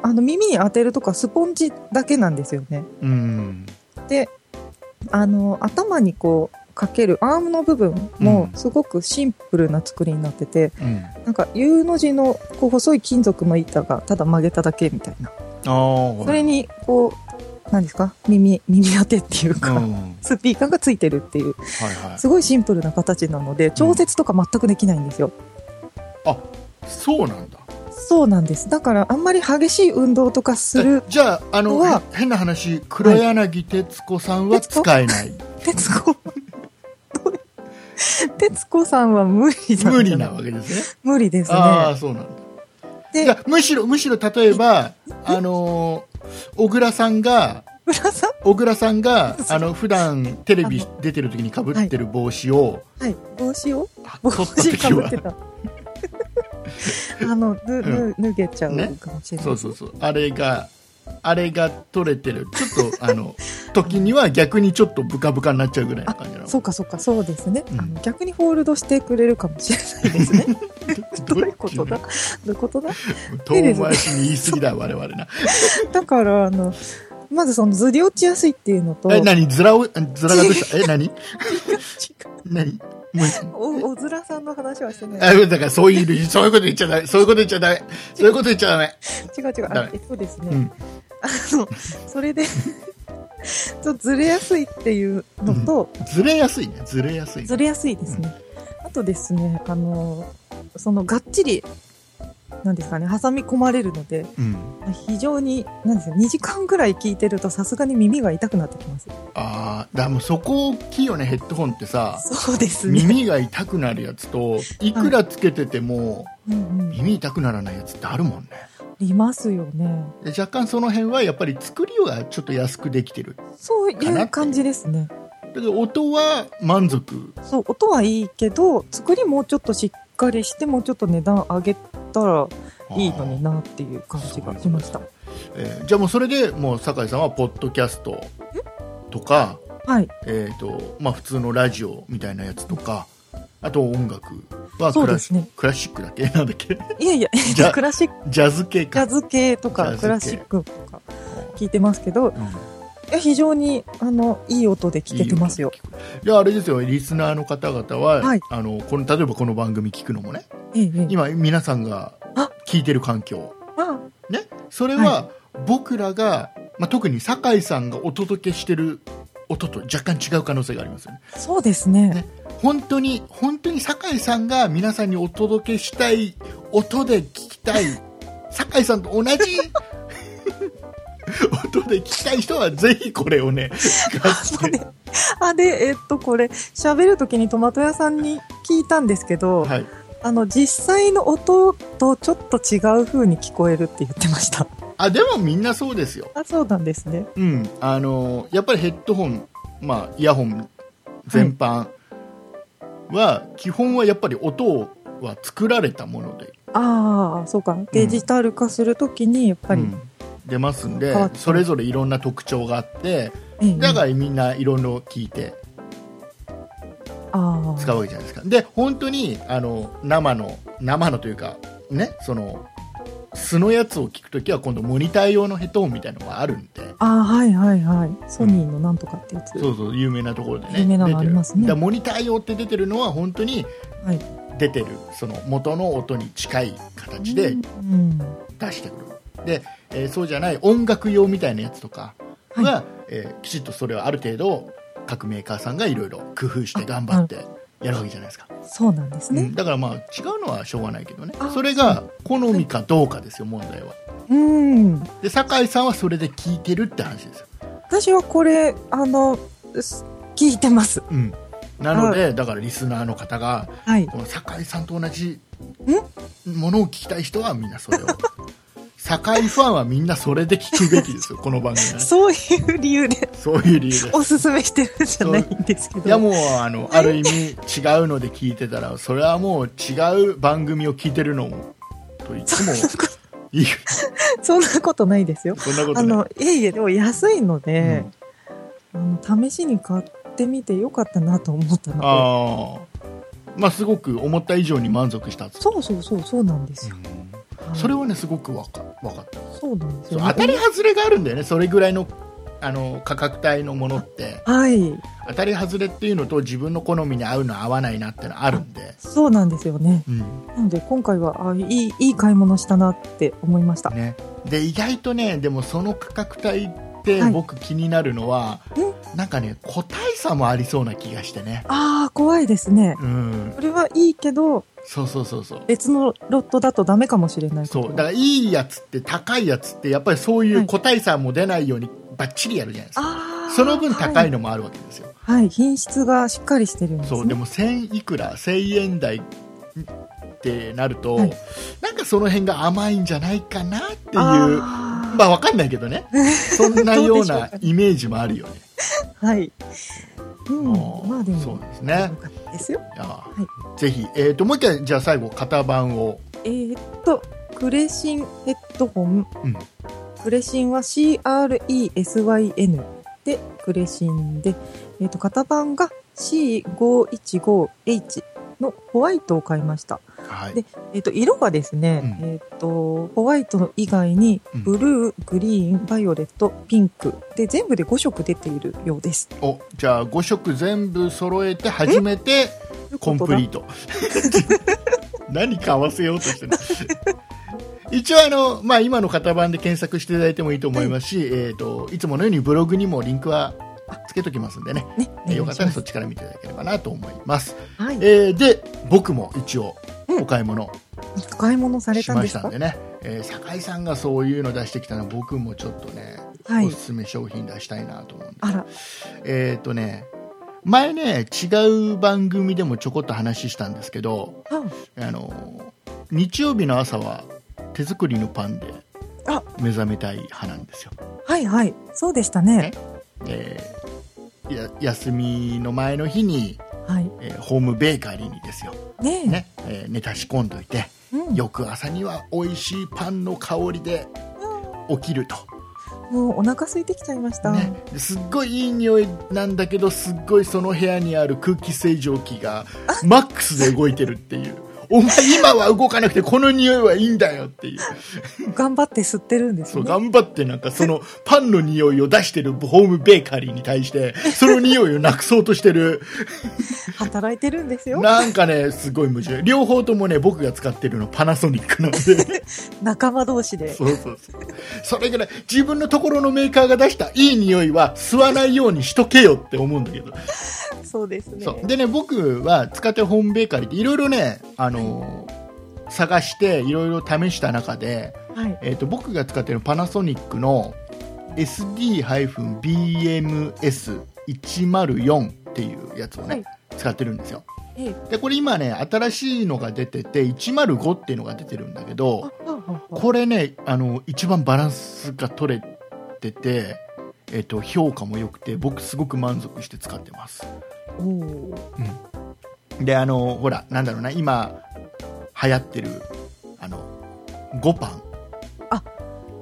Speaker 3: あの耳に当てるとかスポンジだけなんですよね
Speaker 2: うん
Speaker 3: であの頭にこうかけるアームの部分も
Speaker 2: うん
Speaker 3: すごくシンプルな作りになってて、
Speaker 2: うん、あ
Speaker 3: なんか U の字のこう細い金属の板がただ曲げただけみたいな
Speaker 2: あ
Speaker 3: それにこう何ですか耳耳当てっていうか、
Speaker 2: うん、はい
Speaker 3: スピーカーがついてるっていう
Speaker 2: は
Speaker 3: すごいシンプルな形なので調節とか全くできないんですよ、
Speaker 2: いそうなんだ
Speaker 3: そうなんですだからあんまり激しい運動とかする
Speaker 2: えじゃああの
Speaker 3: のは
Speaker 2: へ変な話黒柳徹子さんは使えない、
Speaker 3: 徹子 徹子さんは無理だ
Speaker 2: 無理なわけですね
Speaker 3: 無理ですね
Speaker 2: ああそうなんだ
Speaker 3: で
Speaker 2: いやむしろむしろ例えばあのー小倉さんが
Speaker 3: 村さん
Speaker 2: 小倉さんがあの普段テレビ出てる時にかぶってる帽子を
Speaker 3: はい帽子を帽
Speaker 2: 取った
Speaker 3: 子
Speaker 2: 時
Speaker 3: かぶっ
Speaker 2: は
Speaker 3: てたあのぬ、ぬ脱げちゃ
Speaker 2: ね
Speaker 3: うかもしれない、
Speaker 2: そうそうそうあれがあれが取れてるちょっとあの時には逆にちょっとブカブカになっちゃうぐらいの感じなの
Speaker 3: そうかそうかそうですね、
Speaker 2: うん
Speaker 3: あの逆にホールドしてくれるかもしれないですねどういうことだ
Speaker 2: ど
Speaker 3: どういうことだ
Speaker 2: 遠回しに言い過ぎだ我々な
Speaker 3: だからあのまずそのずり落ちやすいっていうのと
Speaker 2: え何ずらをずらがどうしたえ何
Speaker 3: 違う
Speaker 2: 何もう
Speaker 3: おおずらさんの話はしてない
Speaker 2: あ だからそういうそういうこと言っちゃダメそういうこと言っちゃダメそういうこと言っちゃダメ
Speaker 3: 違う違う
Speaker 2: ダメ
Speaker 3: あえっとですね、
Speaker 2: うん
Speaker 3: あのそれでちょっとずれやすいっていうのと、
Speaker 2: ずれやすいねずれやすい
Speaker 3: ずれやすいですね、あとですねあのそのがっちりなんですかね挟み込まれるので
Speaker 2: うん
Speaker 3: 非常になんですか2時間ぐらい聞いてるとさすがに耳が痛くなってきます
Speaker 2: ああだからもうそこ大きいよねヘッドホンってさ
Speaker 3: そうですね、
Speaker 2: 耳が痛くなるやつといくらつけてても
Speaker 3: うんうん、
Speaker 2: 耳痛くならないやつってあるもんね
Speaker 3: いますよね
Speaker 2: で若干その辺はやっぱり作りはちょっと安くできてる
Speaker 3: そうい
Speaker 2: かなっていう
Speaker 3: う感じですね
Speaker 2: だけど音は満足
Speaker 3: そう音はいいけど作りもうちょっとしっかりしてもうちょっと値段上げたらいいのになっていう感じがしました
Speaker 2: えーじゃあもうそれでもう酒井さんはポッドキャストとか、
Speaker 3: はい
Speaker 2: えーとまあ、普通のラジオみたいなやつとかあと音楽は
Speaker 3: そ
Speaker 2: ク
Speaker 3: う
Speaker 2: ラ
Speaker 3: で
Speaker 2: シ,、
Speaker 3: すね
Speaker 2: クラシックだっけ なんだっけ
Speaker 3: いやいや
Speaker 2: じゃ
Speaker 3: クラシック
Speaker 2: ジャズ系
Speaker 3: ジ
Speaker 2: か
Speaker 3: ャズ系と
Speaker 2: ジャ
Speaker 3: か
Speaker 2: ズ系
Speaker 3: クラシックとか聞いてますけどいや非常にあのいい音で聞けてますよ
Speaker 2: いい音聞くじゃああれですよリスナーの方々は、
Speaker 3: はい
Speaker 2: あのこの例えばこの番組聞くのもね
Speaker 3: ええええ
Speaker 2: 今皆さんが
Speaker 3: あ
Speaker 2: 聞いてる環境
Speaker 3: あ
Speaker 2: ね、それは僕らが、まあ、特に酒井さんがお届けしてる音と若干違う可能性がありますよね
Speaker 3: そうですね
Speaker 2: ね本当に本当に酒井さんが皆さんにお届けしたい音で聞きたい酒井さんと同じ 音で聞きたい人はぜひこれをね
Speaker 3: あであでえっとこれ喋る時にトマト屋さんに聞いたんですけど、
Speaker 2: はい、
Speaker 3: あの実際の音とちょっと違う風に聞こえるって言ってました
Speaker 2: あでもみんなそうですよ、
Speaker 3: あそうなんですね
Speaker 2: うん、あのやっぱりヘッドホン、まあ、イヤホン全般は、基本はやっぱり音は作られたもので
Speaker 3: ああそうかデジタル化するときにやっぱり、
Speaker 2: うん出ますんで
Speaker 3: 変わってる
Speaker 2: それぞれいろんな特徴があって
Speaker 3: ええ
Speaker 2: だからみんないろいろ聞いて
Speaker 3: ああ
Speaker 2: 使うわけじゃないですかで本当にあの生の生のというかねその素のやつを聞くときは今度モニター用のヘッドホンみたいなのがあるんで
Speaker 3: ああはいはいはいソニーのなんとかってやつ、
Speaker 2: そうそう有名なところでね
Speaker 3: 有名なの
Speaker 2: 出て
Speaker 3: あ
Speaker 2: る
Speaker 3: りますね
Speaker 2: だからモニター用って出てるのは本当に
Speaker 3: はい
Speaker 2: 出てるその元の音に近い形で
Speaker 3: うん、
Speaker 2: 出してくる、で、えーそうじゃない音楽用みたいなやつとかは、
Speaker 3: は
Speaker 2: えーきちっとそれはある程度各メーカーさんがいろいろ工夫して頑張ってやるわけじゃないですか、
Speaker 3: そうなんです
Speaker 2: うん
Speaker 3: ね
Speaker 2: だからまあ違うのはしょうがないけどね
Speaker 3: あ
Speaker 2: それが好みかどうかですよ問題は
Speaker 3: うん、
Speaker 2: で酒井さんはそれで聞いてるって話ですよ、
Speaker 3: 私はこれあのす聞いてます
Speaker 2: うん、なのでだからリスナーの方が
Speaker 3: はい
Speaker 2: この酒井さんと同じものを聞きたい人はみんなそれを 酒井ファンはみんなそれで聞くべきですよこの番組 はね
Speaker 3: そういう理由で
Speaker 2: そういう理由です
Speaker 3: おすすめしてるんじゃないんですけど
Speaker 2: いやもうあのある意味違うので聞いてたらそれはもう違う番組を聞いてるのもと言ってもいい
Speaker 3: そんなことないですよ
Speaker 2: そんなことな
Speaker 3: あ
Speaker 2: い
Speaker 3: のいえいえでも安いの
Speaker 2: う
Speaker 3: で
Speaker 2: ん、
Speaker 3: あの試しに買ってみてよかったなと思ったので
Speaker 2: あーまあすごく思った以上に満足したっつ
Speaker 3: そうそうそうそうなんですよ、
Speaker 2: うんそれはねすごくわかわかった
Speaker 3: そうなんです
Speaker 2: そう
Speaker 3: よ
Speaker 2: 当たり外れがあるんだよねそれぐらいのあの価格帯のものって
Speaker 3: はい。
Speaker 2: 当たり外れっていうのと自分の好みに合うの合わないなってのあるんで、
Speaker 3: そうなんですよね。
Speaker 2: うん
Speaker 3: なので今回は、あいい、いい買い物したなって思いました。
Speaker 2: ね、で意外とねでもその価格帯って
Speaker 3: はい
Speaker 2: 僕気になるのは、なんかね個体差もありそうな気がしてね、
Speaker 3: ああ、怖いですね。
Speaker 2: うん、
Speaker 3: これはいいけど、
Speaker 2: そうそうそうそう
Speaker 3: 別のロットだとダメかもしれない
Speaker 2: そうだか
Speaker 3: だ
Speaker 2: らいいやつって高いやつってやっぱりそうい
Speaker 3: は
Speaker 2: う
Speaker 3: い
Speaker 2: 個体差も出ないようにばっちりやるじゃないですか、
Speaker 3: あー
Speaker 2: その分高い
Speaker 3: は
Speaker 2: のもあるわけですよ、
Speaker 3: い。はい品質がしっかりしてるんです、ね。
Speaker 2: そうでも1000いくら1000円台ってなると、
Speaker 3: はい
Speaker 2: なんかその辺が甘いんじゃないかなっていう
Speaker 3: あー
Speaker 2: まあわかんないけどねそん なようなイメージもあるよね
Speaker 3: はい。うん
Speaker 2: も。う
Speaker 3: まあでも、
Speaker 2: そうですね
Speaker 3: よかったですよ。
Speaker 2: いや、ぜひ、えー、ともう一回じゃあ最後型番を
Speaker 3: えーっと、クレシンヘッドホン。
Speaker 2: うん
Speaker 3: クレシンは CRESYN で、クレシンで、えーっと、型番が C515H のホワイトを買いました。
Speaker 2: はい
Speaker 3: でえーっと、色がですね、えーっと、ホワイトの以外に、
Speaker 2: うん
Speaker 3: ブルー、グリーン、バイオレット、ピンク。で、全部で5色出ているようです。
Speaker 2: おじゃあ5色全部揃えて初めてコンプリー ト何か合わせようとしてる一応あの、まあ、今の型番で検索していただいてもいいと思いますし、えー、といつものようにブログにもリンクはつけときますんでね、
Speaker 3: ね。
Speaker 2: えーよかったら
Speaker 3: お願いし
Speaker 2: そっちから見ていただければなと思います、
Speaker 3: ますはい。
Speaker 2: えーで僕も一応
Speaker 3: うん
Speaker 2: お買い物
Speaker 3: お買い物され
Speaker 2: した
Speaker 3: ん
Speaker 2: ま
Speaker 3: で
Speaker 2: し
Speaker 3: す
Speaker 2: た
Speaker 3: か
Speaker 2: んでね、えー酒井さんがそういうの出してきたの僕もちょっとね、
Speaker 3: はい
Speaker 2: おすすめ商品出したいなと思うんで
Speaker 3: あら、
Speaker 2: えっ、とね、前ね、違う番組でもちょこっと話したんですけど、
Speaker 3: あ
Speaker 2: あの、日曜日の朝は手作りのパンで
Speaker 3: あ
Speaker 2: 目覚めたい派なんですよ。
Speaker 3: はいはい、そうでした
Speaker 2: ね
Speaker 3: ね。
Speaker 2: えーや休みの前の日に、
Speaker 3: はい。
Speaker 2: えーホームベーカリーにですよ、
Speaker 3: ねえ。
Speaker 2: ねえー寝た仕込んどいて、
Speaker 3: うん、
Speaker 2: 翌朝には美味しいパンの香りで起きると。
Speaker 3: もうお腹空いてきちゃいました。
Speaker 2: ね、すっごいいい匂いなんだけどすっごいその部屋にある空気清浄機がマックスで動いてるっていうお前今は動かなくてこの匂いはいいんだよっていう
Speaker 3: 頑張って吸ってるんです
Speaker 2: そ
Speaker 3: よ
Speaker 2: う
Speaker 3: ね。
Speaker 2: 頑張ってなんかそのパンの匂いを出してるホームベーカリーに対してその匂いをなくそうとしてる
Speaker 3: 働いてるんですよ。
Speaker 2: なんかねすごい矛盾両方ともね僕が使ってるのパナソニックなので
Speaker 3: 仲間同士で。
Speaker 2: そうそうそうそれぐらい自分のところのメーカーが出したいい匂いは吸わないようにしとけよって思うんだけど
Speaker 3: そうですね。
Speaker 2: そうでね僕は使ってホームベーカリーっていろいろね、あのー探していろいろ試した中で、
Speaker 3: はい。
Speaker 2: えー、と僕が使ってるパナソニックの SD-BMS104 っていうやつをね、
Speaker 3: はい
Speaker 2: 使ってるんですよ
Speaker 3: ええ
Speaker 2: でこれ今ね新しいのが出てて105っていうのが出てるんだけ
Speaker 3: あ
Speaker 2: ど
Speaker 3: あああ
Speaker 2: これねあの一番バランスが取れてて、えー、と評価も良くて僕すごく満足して使ってます
Speaker 3: おー
Speaker 2: であのほらなんだろうな今流行ってるあのごパン
Speaker 3: あ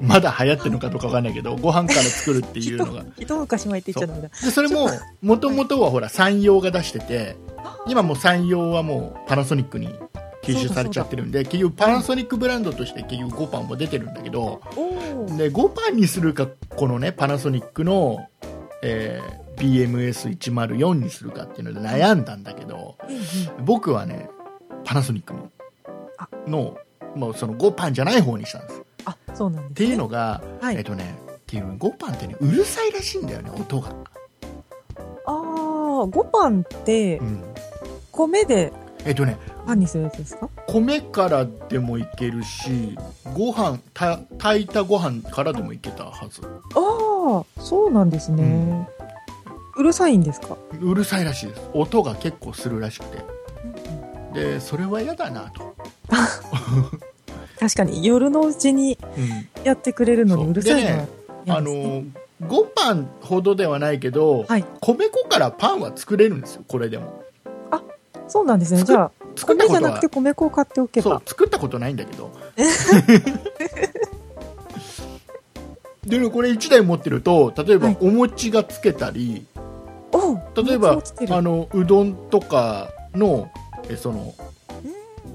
Speaker 2: まだ流行ってるのかどうかわかんないけどご飯から作るっていう のが
Speaker 3: 一昔前って言っちゃダメだ。
Speaker 2: でそれももともとはほら山陽が出してて今もう山陽はもうパナソニックに吸収されちゃってるんで結局パナソニックブランドとして結局ごパンも出てるんだけど
Speaker 3: おおー。
Speaker 2: でごパンにするかこのねパナソニックの、えー BMS104 にするかっていうので悩んだんだけど、
Speaker 3: ええ
Speaker 2: 僕はねパナソニックの
Speaker 3: あ
Speaker 2: のもうその5パンじゃない方にしたんですっ
Speaker 3: あ、そうなんです、ね。
Speaker 2: ていうのが、
Speaker 3: はい
Speaker 2: えっとねっていう5パンってねうるさいらしいんだよね音が、
Speaker 3: ああ、ごパンって
Speaker 2: うん
Speaker 3: 米で
Speaker 2: えっとね
Speaker 3: パンにするやつですか？
Speaker 2: 米からでもいけるしご飯た炊いたご飯からでもいけたはず
Speaker 3: ああ、そうなんですね。うるさいんですか？
Speaker 2: うるさいらしいです音が結構するらしくてでそれは嫌だなと、
Speaker 3: 確かに夜のうちに
Speaker 2: うん
Speaker 3: やってくれるのにうるさいのは
Speaker 2: そう
Speaker 3: 嫌
Speaker 2: あ
Speaker 3: ですね
Speaker 2: の5パンほどではないけど、
Speaker 3: はい
Speaker 2: 米粉からパンは作れるんですよこれでも
Speaker 3: そうなんですね。
Speaker 2: 作
Speaker 3: じゃあ、
Speaker 2: 作った
Speaker 3: 米
Speaker 2: こ
Speaker 3: じゃ
Speaker 2: と
Speaker 3: な
Speaker 2: は
Speaker 3: くて米粉を買っておけ
Speaker 2: そう
Speaker 3: ば。
Speaker 2: 作ったことないんだけ どでねこれ1台持ってると例えば
Speaker 3: はい
Speaker 2: お餅がつけたり、
Speaker 3: おう
Speaker 2: 例えば
Speaker 3: 餅落ちてる
Speaker 2: あのうどんとかのえその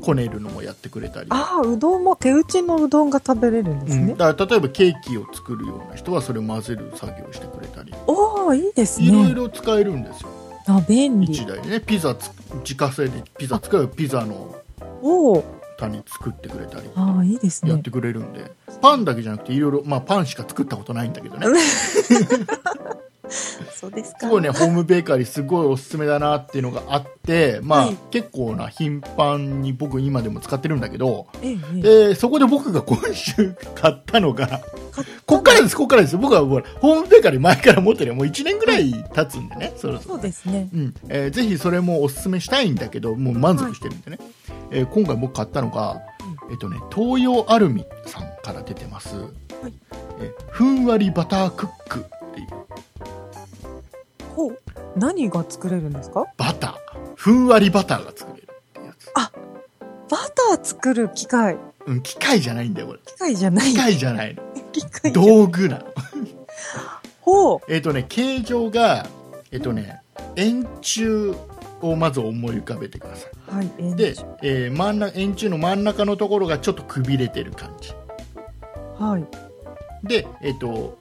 Speaker 2: こねるのもやってくれたり、
Speaker 3: ああ、うどんも手打ちのうどんが食べれるんで
Speaker 2: う
Speaker 3: す
Speaker 2: ん
Speaker 3: ね。
Speaker 2: だから例えばケーキを作るような人はそれを混ぜる作業をしてくれたり
Speaker 3: おお、いいです
Speaker 2: いろい
Speaker 3: ね。
Speaker 2: ろ使えるんですよ、
Speaker 3: あ、便利
Speaker 2: 一。台でねピザつ自家製でピザ使うピザの
Speaker 3: おお、
Speaker 2: 種作ってくれたり
Speaker 3: ああ、いいです
Speaker 2: やっ
Speaker 3: ね。
Speaker 2: てくれるんで、パンだけじゃなくていろいろまあパンしか作ったことないんだけどね
Speaker 3: そうですか
Speaker 2: すごいね、ホームベーカリーすごいおすすめだなっていうのがあって、まあ、
Speaker 3: はい
Speaker 2: 結構な頻繁に僕今でも使ってるんだけど、
Speaker 3: ええええ
Speaker 2: で、そこで僕が今週買ったのが、こっからです、こっからです。僕はほらホームベーカリー前から持ってるもう1年ぐらい経つんでね、そろそろ。
Speaker 3: そうですね。
Speaker 2: うんえーぜひそれもおすすめしたいんだけど、もう満足してるんでね。えー今回僕買ったのが、えっとね、東洋アルミさんから出てます、
Speaker 3: い
Speaker 2: えふんわりバタークックっていう
Speaker 3: ほう。何が作れるんですか
Speaker 2: バターふんわりバターが作れるってやつ、
Speaker 3: バター作る機械。
Speaker 2: うん、機械じゃないんだよこれ
Speaker 3: 機械じゃない
Speaker 2: 機。械じゃないの
Speaker 3: 機械じゃ
Speaker 2: 道具なの
Speaker 3: ほう。
Speaker 2: えっ、とね形状がえっ、とね円柱をまず思い浮かべてくださ
Speaker 3: はい、え
Speaker 2: い
Speaker 3: ー
Speaker 2: で、えー真ん中円柱の真ん中のところがちょっとくびれてる感じ
Speaker 3: はい。
Speaker 2: でえっ、と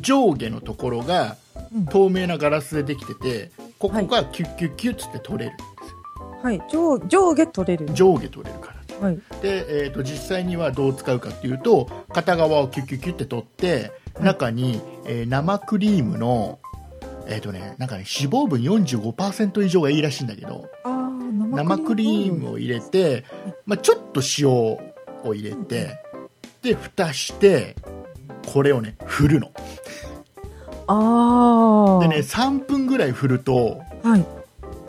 Speaker 2: 上下のところが
Speaker 3: うん
Speaker 2: 透明なガラスでできててここがキュッキュッキュッつって取れるんですよ
Speaker 3: はい。上、上下取れる。
Speaker 2: 上下取れるから
Speaker 3: はい。
Speaker 2: で、えー、と実際にはどう使うかっていうと片側をキュッキュッキュッって取って中に、えー生クリームのえっ、とねなんかね脂肪分45%以上がいいらしいんだけど
Speaker 3: ああ、
Speaker 2: 生クリームを入れて、まあ、ちょっと塩を入れてで蓋してこれをね振るの
Speaker 3: ああ。
Speaker 2: でね3分ぐらい振ると
Speaker 3: はい。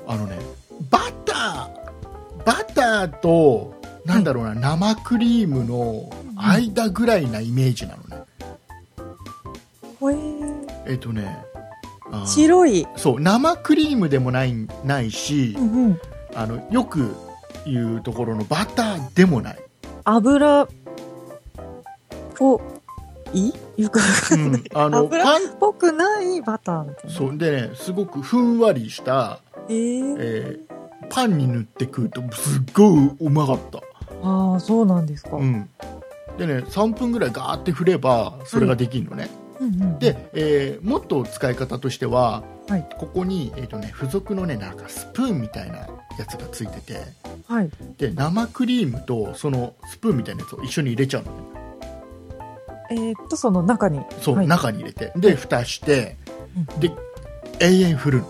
Speaker 2: あのねバターバターとなんだろうな、生クリームの間ぐらいなイメージなのね、
Speaker 3: ほえー
Speaker 2: えっとねあー
Speaker 3: 白い。
Speaker 2: そう生クリームでもないないし、
Speaker 3: うんうん。
Speaker 2: あのよく言うところのバターでもない、
Speaker 3: 油を、いよくわ か
Speaker 2: うん
Speaker 3: ない
Speaker 2: ん、あの
Speaker 3: 油
Speaker 2: パン
Speaker 3: っぽくないバターみたいな。
Speaker 2: そうでねすごくふんわりした、
Speaker 3: えー
Speaker 2: えーパンに塗って食うとすっごいうまかった
Speaker 3: ああ、そうなんですか。
Speaker 2: うん、でね3分ぐらいガーって振ればそれができるのね、
Speaker 3: うんうん、
Speaker 2: で、えーもっと使い方としては、
Speaker 3: はい
Speaker 2: ここに、えーとね、付属のねなんかスプーンみたいなやつがついてて
Speaker 3: はい。
Speaker 2: で生クリームとそのスプーンみたいなやつを一緒に入れちゃうのね
Speaker 3: えーっと、その中に。
Speaker 2: そう、
Speaker 3: はい、
Speaker 2: 中に入れてで蓋して、
Speaker 3: う
Speaker 2: で永遠振るの、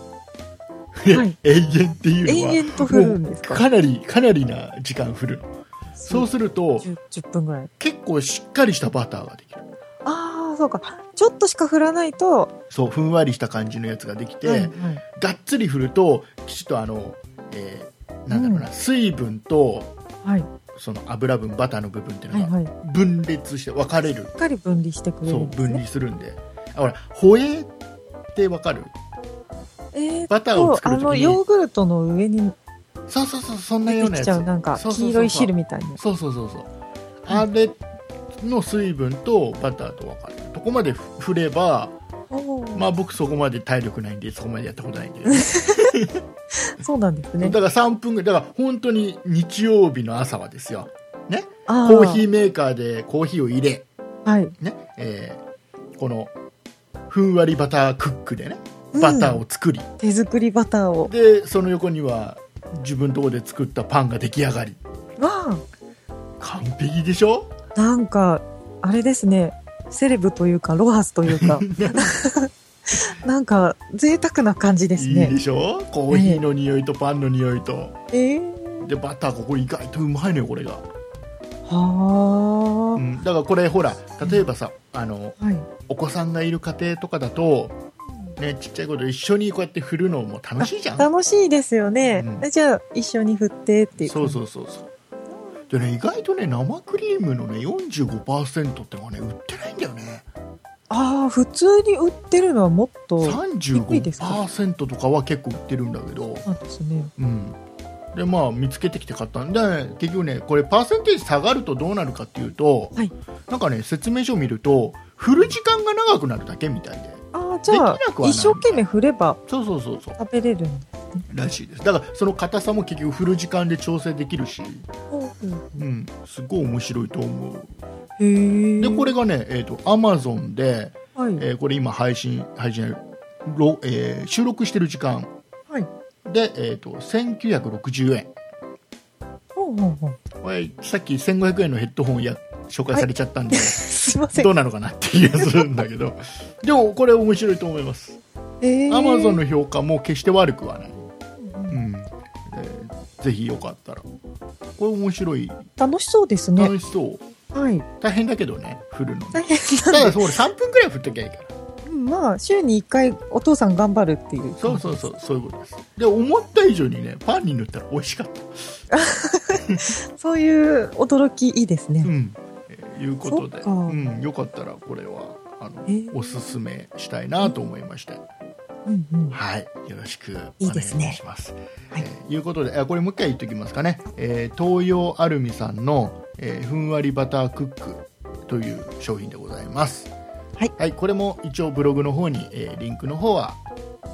Speaker 2: で
Speaker 3: はい
Speaker 2: 永遠っていう
Speaker 3: 永
Speaker 2: のは
Speaker 3: 遠と振るんです
Speaker 2: もう
Speaker 3: か
Speaker 2: かなりかなりな時間振るのそうすると
Speaker 3: 10 10分ぐらい。
Speaker 2: 結構しっかりしたバターができる
Speaker 3: ああ、そうか。ちょっとしか振らないと、
Speaker 2: そうふんわりした感じのやつができて、
Speaker 3: はいはい
Speaker 2: がっつり振るときちっとあの、えーなんだろうな、水分と
Speaker 3: はい
Speaker 2: その油分バターの部分っていう
Speaker 3: はい
Speaker 2: のが
Speaker 3: はい。し
Speaker 2: 分裂して分かれる、
Speaker 3: っかり分離してくれ
Speaker 2: そう
Speaker 3: る
Speaker 2: ん
Speaker 3: です、ね。
Speaker 2: 分離するんであほらホエーって分かる
Speaker 3: えーっ
Speaker 2: バターを
Speaker 3: と、
Speaker 2: 作
Speaker 3: あ
Speaker 2: ると
Speaker 3: の、
Speaker 2: き
Speaker 3: ヨ
Speaker 2: に
Speaker 3: ーグルトの上に
Speaker 2: そうそうそうそんな
Speaker 3: 出
Speaker 2: ような
Speaker 3: てき
Speaker 2: やつ
Speaker 3: ちゃう、なんか
Speaker 2: そう、そうそうそう
Speaker 3: 黄色い汁みたいな。
Speaker 2: そうそうそうそうあれの水分とバターと分かれるとこまで振れば
Speaker 3: おー
Speaker 2: まあ僕そこまで体力ないんでそこまでやったことないんで
Speaker 3: そうなんですね。
Speaker 2: だから3分ぐらいだから本当に日曜日の朝はですよね
Speaker 3: あ
Speaker 2: コーヒーメーカーでコーヒーを入れ、
Speaker 3: ー。はい。
Speaker 2: ねえーこのふんわりバタークックでねバター
Speaker 3: うん
Speaker 2: を作り、
Speaker 3: 手作りバターを。
Speaker 2: でその横には自分のとこで作ったパンが出来上がり
Speaker 3: わあ。
Speaker 2: 完璧でしょ
Speaker 3: なんか、あれですね、セレブというか、ロハスとい うか、 なんか、贅沢な感じです
Speaker 2: いいで
Speaker 3: ね。
Speaker 2: しょコーヒーの匂いとパンの匂いと
Speaker 3: えー、
Speaker 2: でバターここ意外とうまいのよこれが、
Speaker 3: は
Speaker 2: う
Speaker 3: あ、
Speaker 2: ん、だからこれほら例えばさあの
Speaker 3: はい。
Speaker 2: お子さんがいる家庭とかだと、ね、ちっちゃい子と一緒にこうやって振るのも楽しいじゃん
Speaker 3: 楽しいですよね。
Speaker 2: うん
Speaker 3: じゃあ、一緒に振ってっていう。
Speaker 2: そうそうそうそうでね意外とね生クリームのね45%ってのがね売ってないんだよね
Speaker 3: ああ、普通に売ってるのはもっと、そ低いですか
Speaker 2: 35%とかは結構売ってるんだけど
Speaker 3: うなんですね。
Speaker 2: うんでまあ見つけてきて買ったんで結局ねこれパーセンテージ下がるとどうなるかっていうと、
Speaker 3: はい
Speaker 2: なんかね説明書を見ると振る時間が長くなるだけみたいで
Speaker 3: ああ、じゃあ
Speaker 2: できなくは、ない
Speaker 3: 一生懸命振れば
Speaker 2: そうそうそうそう
Speaker 3: 食べれるんです
Speaker 2: らしいですだからその硬さも結局振る時間で調整できるし、うん、すごい面白いと思う
Speaker 3: へえ。
Speaker 2: でこれがね、えー、と Amazon で、
Speaker 3: はい。
Speaker 2: えーこれ今配信配信ろえー収録してる時間
Speaker 3: はい。
Speaker 2: で、えー、と1960円
Speaker 3: ほうほうほう。
Speaker 2: これさっき1500円のヘッドホンや紹介されちゃったんで、
Speaker 3: すいませ ん
Speaker 2: ど。うなのかなっていう気がするんだけ どでもこれ面白いと思います
Speaker 3: え
Speaker 2: Amazon の評価も決して悪くはない、
Speaker 3: う
Speaker 2: うんえーぜひよかったらこれ面白い
Speaker 3: 楽しそうですね。
Speaker 2: 楽しそう、
Speaker 3: はい。
Speaker 2: 大変だけどね振るのね
Speaker 3: 大変
Speaker 2: た
Speaker 3: なん
Speaker 2: だ
Speaker 3: で
Speaker 2: そう俺3分くらい振っときゃいいから
Speaker 3: うんまあ、週に1回お父さん頑張るっていう。
Speaker 2: そうそうそうそういうことですで思った以上にねパンに塗ったら美味しかった
Speaker 3: そういう驚きいいですね。
Speaker 2: うん、えーいうことで
Speaker 3: そっか
Speaker 2: うん、よかったらこれはあの、
Speaker 3: えー
Speaker 2: おすすめしたいなと思いまして、
Speaker 3: うんうん。
Speaker 2: はいよろしくお
Speaker 3: いい
Speaker 2: 願い
Speaker 3: で
Speaker 2: し
Speaker 3: すね
Speaker 2: ます
Speaker 3: はい
Speaker 2: えーいうことであこれもう一回言っときますかね、えー東洋アルミさんの、えーふんわりバタークックという商品でございます
Speaker 3: はい、
Speaker 2: これも一応ブログの方に、えーリンクの方は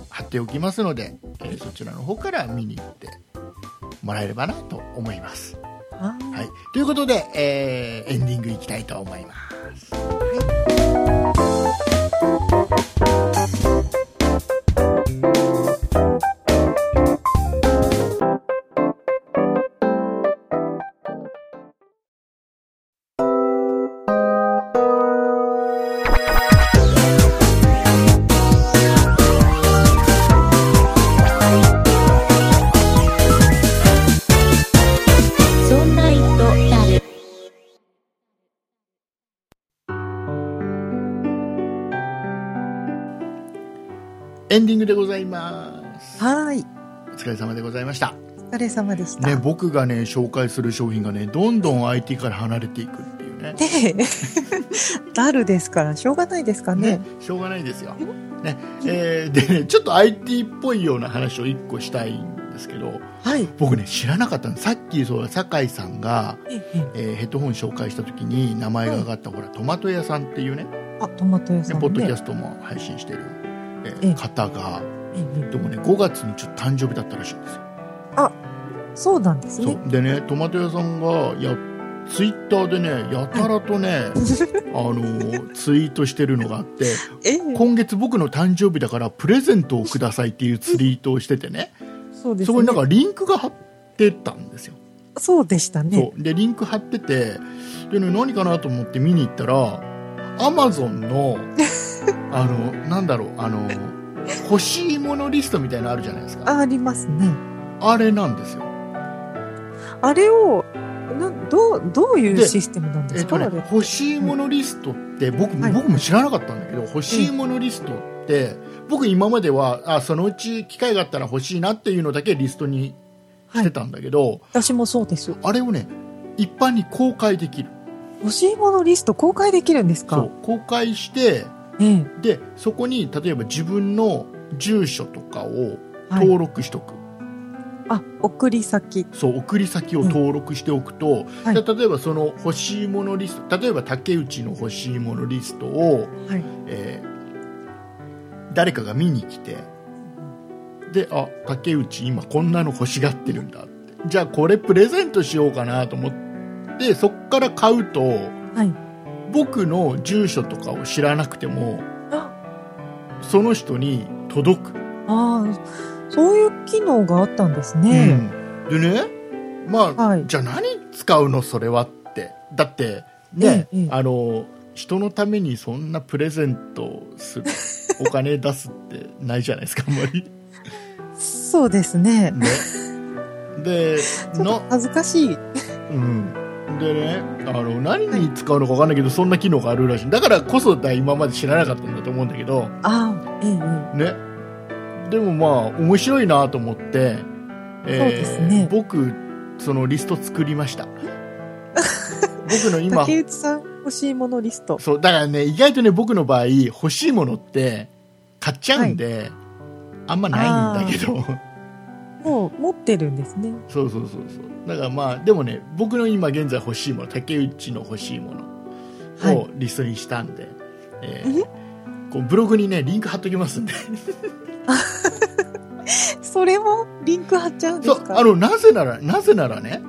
Speaker 2: 貼っておきますので、えーそちらの方から見に行ってもらえればなと思います
Speaker 3: あー
Speaker 2: はい、ということで、えーエンディングいきたいと思います。
Speaker 1: そんな糸だる。
Speaker 2: エンディングでございます。
Speaker 3: はーい。
Speaker 2: お疲れ様でございました。
Speaker 3: お疲れ様でした。
Speaker 2: ね、僕がね、紹介する商品がね、どんどん IT から離れていくっていうね。
Speaker 3: で、 ダルですから、しょうがないですかね。
Speaker 2: ね、しょうがないですよ。ね、えーでね、ちょっと IT っぽいような話を一個したいんですけど、
Speaker 3: はい。
Speaker 2: 僕ね、知らなかったの。さっき、そう、酒井さんが、
Speaker 3: ええ
Speaker 2: えーヘッドホン紹介した時に名前が上がった、ほら、トマト屋さんっていうね、
Speaker 3: あ、トマト屋さ
Speaker 2: ね
Speaker 3: ん、ね。
Speaker 2: ポッドキャストも配信してる、えー
Speaker 3: ええ
Speaker 2: 方が、
Speaker 3: ええ
Speaker 2: でもね5月にちょっと誕生日だったらしいんですよ、
Speaker 3: そうなんですね。
Speaker 2: そうでねトマト屋さんがやツイッターでねやたらとね、あ のーツイートしてるのがあって
Speaker 3: ええ
Speaker 2: 今月僕の誕生日だからプレゼントをくださいっていうツイートをしててね
Speaker 3: そうですね。
Speaker 2: そこになんかリンクが貼ってたんですよ、
Speaker 3: そうでしたね。
Speaker 2: そうでリンク貼っててで、ね、何かなと思って見に行ったらアマゾン のあのなんだろうあの欲しいものリストみたいなのあるじゃないですか
Speaker 3: あありますね。
Speaker 2: あれなんですよ
Speaker 3: あれを、なんどう、どういう
Speaker 2: で
Speaker 3: システムなんで
Speaker 2: えっ
Speaker 3: す
Speaker 2: と
Speaker 3: か、
Speaker 2: ね
Speaker 3: あれ、
Speaker 2: 欲しいものリストって僕,、
Speaker 3: はい
Speaker 2: 僕も知らなかったんだけど欲しいものリストって、僕今まではあそのうち機会があったら欲しいなっていうのだけリストに
Speaker 3: は
Speaker 2: して
Speaker 3: い。
Speaker 2: たんだけど、
Speaker 3: 私もそうです。
Speaker 2: あれをね一般に公開できる
Speaker 3: 欲しいものリスト公開できるんです
Speaker 2: そ
Speaker 3: か
Speaker 2: う公開して
Speaker 3: ええ。
Speaker 2: でそこに例えば自分の住所とかを
Speaker 3: はい
Speaker 2: 登録しとく、
Speaker 3: あ、送り先。
Speaker 2: そう送り先を登録しておくと、
Speaker 3: はい
Speaker 2: じゃあ例えばその欲しいものリスト例えば竹内の欲しいものリストを
Speaker 3: はい。
Speaker 2: えー誰かが見に来てであ竹内今こんなの欲しがってるんだってじゃあこれプレゼントしようかなと思ってそっから買うと
Speaker 3: はい。
Speaker 2: 僕の住所とかを知らなくても
Speaker 3: あ
Speaker 2: その人に届く、
Speaker 3: あー、そういう機能があったんですね。
Speaker 2: うん、でねまあ、
Speaker 3: はい
Speaker 2: じゃあ何使うのそれはってだってね、
Speaker 3: ええええ
Speaker 2: あの人のためにそんなプレゼントをす るお金出すってないじゃないですかあんまり。
Speaker 3: そうですね。
Speaker 2: ね、で
Speaker 3: ちょっと
Speaker 2: な、
Speaker 3: 恥ずかしい。
Speaker 2: うん、でねあの何に使うのか分かんないけどそんな機能があるらしいだからこそだ今まで知らなかったんだと思うんだけど
Speaker 3: ああ、ええ、
Speaker 2: ねでもまあ面白いなと思って、え
Speaker 3: そうですね
Speaker 2: 僕そのリスト作りま した僕の
Speaker 3: ええ。
Speaker 2: 今
Speaker 3: 竹内さん欲しいものリスト。
Speaker 2: そうだからね意外とね僕の場合欲しいものって買っちゃうんで、あんまないんだけど
Speaker 3: もう持ってるんですね。
Speaker 2: そうそうそうそうだからまあでもね僕の今現在欲しいもの竹内の欲しいも
Speaker 3: は
Speaker 2: のを
Speaker 3: い。
Speaker 2: リストにしたんで、えーこうブログにねリンク貼っときますんで
Speaker 3: それもリンク貼っちゃうんで
Speaker 2: そ
Speaker 3: す
Speaker 2: う
Speaker 3: か
Speaker 2: あのなぜならなぜならね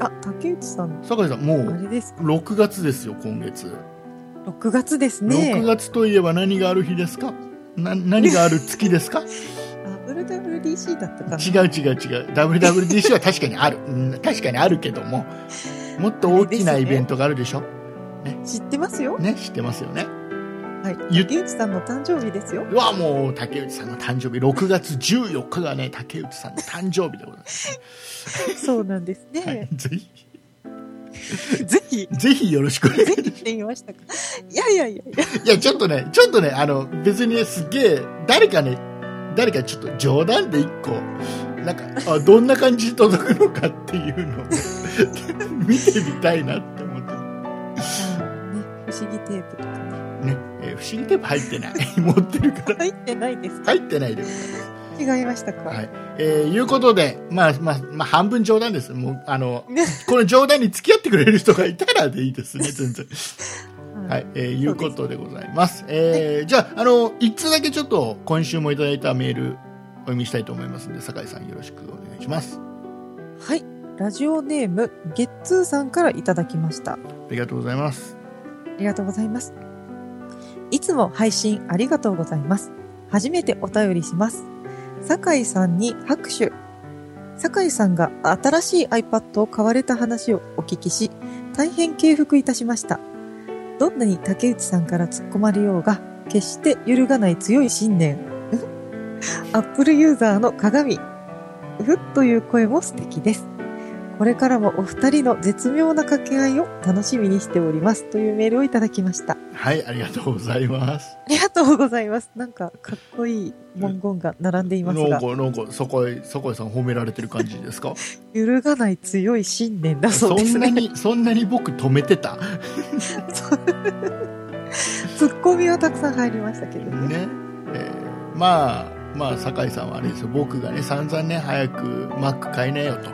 Speaker 3: あ竹内さん
Speaker 2: 酒井さんも
Speaker 3: あ
Speaker 2: う
Speaker 3: れですか
Speaker 2: 6月ですよ今月、
Speaker 3: 6月ですね
Speaker 2: 6月といえば何がある日ですかな何がある月ですか
Speaker 3: WWDC だったかな
Speaker 2: 違う違う違う WWDC は確かにある、うん確かにあるけどももっと大きなイベントがあるでしょ
Speaker 3: 知ってますよ
Speaker 2: ね知ってますよね
Speaker 3: はい
Speaker 2: 言っ
Speaker 3: 竹内さんの誕生日ですよ
Speaker 2: うわもう竹内さんの誕生日6月14日がね竹内さんの誕生日でございます、
Speaker 3: そうなんですね、
Speaker 2: はい、ぜひ
Speaker 3: ぜひ
Speaker 2: ぜひよろしくお願い
Speaker 3: ぜひって言いま したかいやいやいやいや
Speaker 2: いや、ちょっとね、ちょっとね、あの、別にね、すげえ、誰かね、誰かちょっと冗談で一個、なんか、あどんな感じに届くのかっていうのを 見てみたいなって思って。
Speaker 3: ね不思議テープとかね
Speaker 2: ね、えー不思議テープ入ってない。持ってるから。
Speaker 3: 入ってないですか
Speaker 2: 入ってないでございます。
Speaker 3: 違いましたか、
Speaker 2: はい。えーいうことで、まあ、まあ、まあ、半分冗談です。もう、あの、
Speaker 3: ね
Speaker 2: この冗談に付き合ってくれる人がいたらでいいですね、全然。は
Speaker 3: はい
Speaker 2: い、えーいうことでございます。えーじゃあ、あの、一通だけちょっと今週もいただいたメールお読みしたいと思いますので、酒井さんよろしくお願いします。
Speaker 3: はいラジオネームゲッツーさんからいただきました
Speaker 2: ありがとうございます。
Speaker 3: ありがとうございます。いつも配信ありがとうございます。初めてお便りします。酒井さんに拍手。酒井さんが新しい iPad を買われた話をお聞きし、大変敬服いたしました。どんなに竹内さんから突っ込まれようが、決して揺るがない強い信念。 アップルユーザーの鏡。ふっという声も素敵です。これからもお二人の絶妙な掛け合いを楽しみにしておりますというメールをいただきました。
Speaker 2: はい、ありがとうございます。
Speaker 3: ありがとうございます。なんかかっこいい文言が並んでいます
Speaker 2: な
Speaker 3: が
Speaker 2: ん、か、なんか、酒井、酒井さん褒められてる感じですか
Speaker 3: 揺るがない強い信念だそうです
Speaker 2: んな
Speaker 3: ね。
Speaker 2: に、そんなに僕止めてた
Speaker 3: ツッコミはたくさん入りましたけどね。
Speaker 2: ね。えーまあ、まあ、酒井さんはあれですよ。僕がね、散々ね、早く Mac 買いなよ と。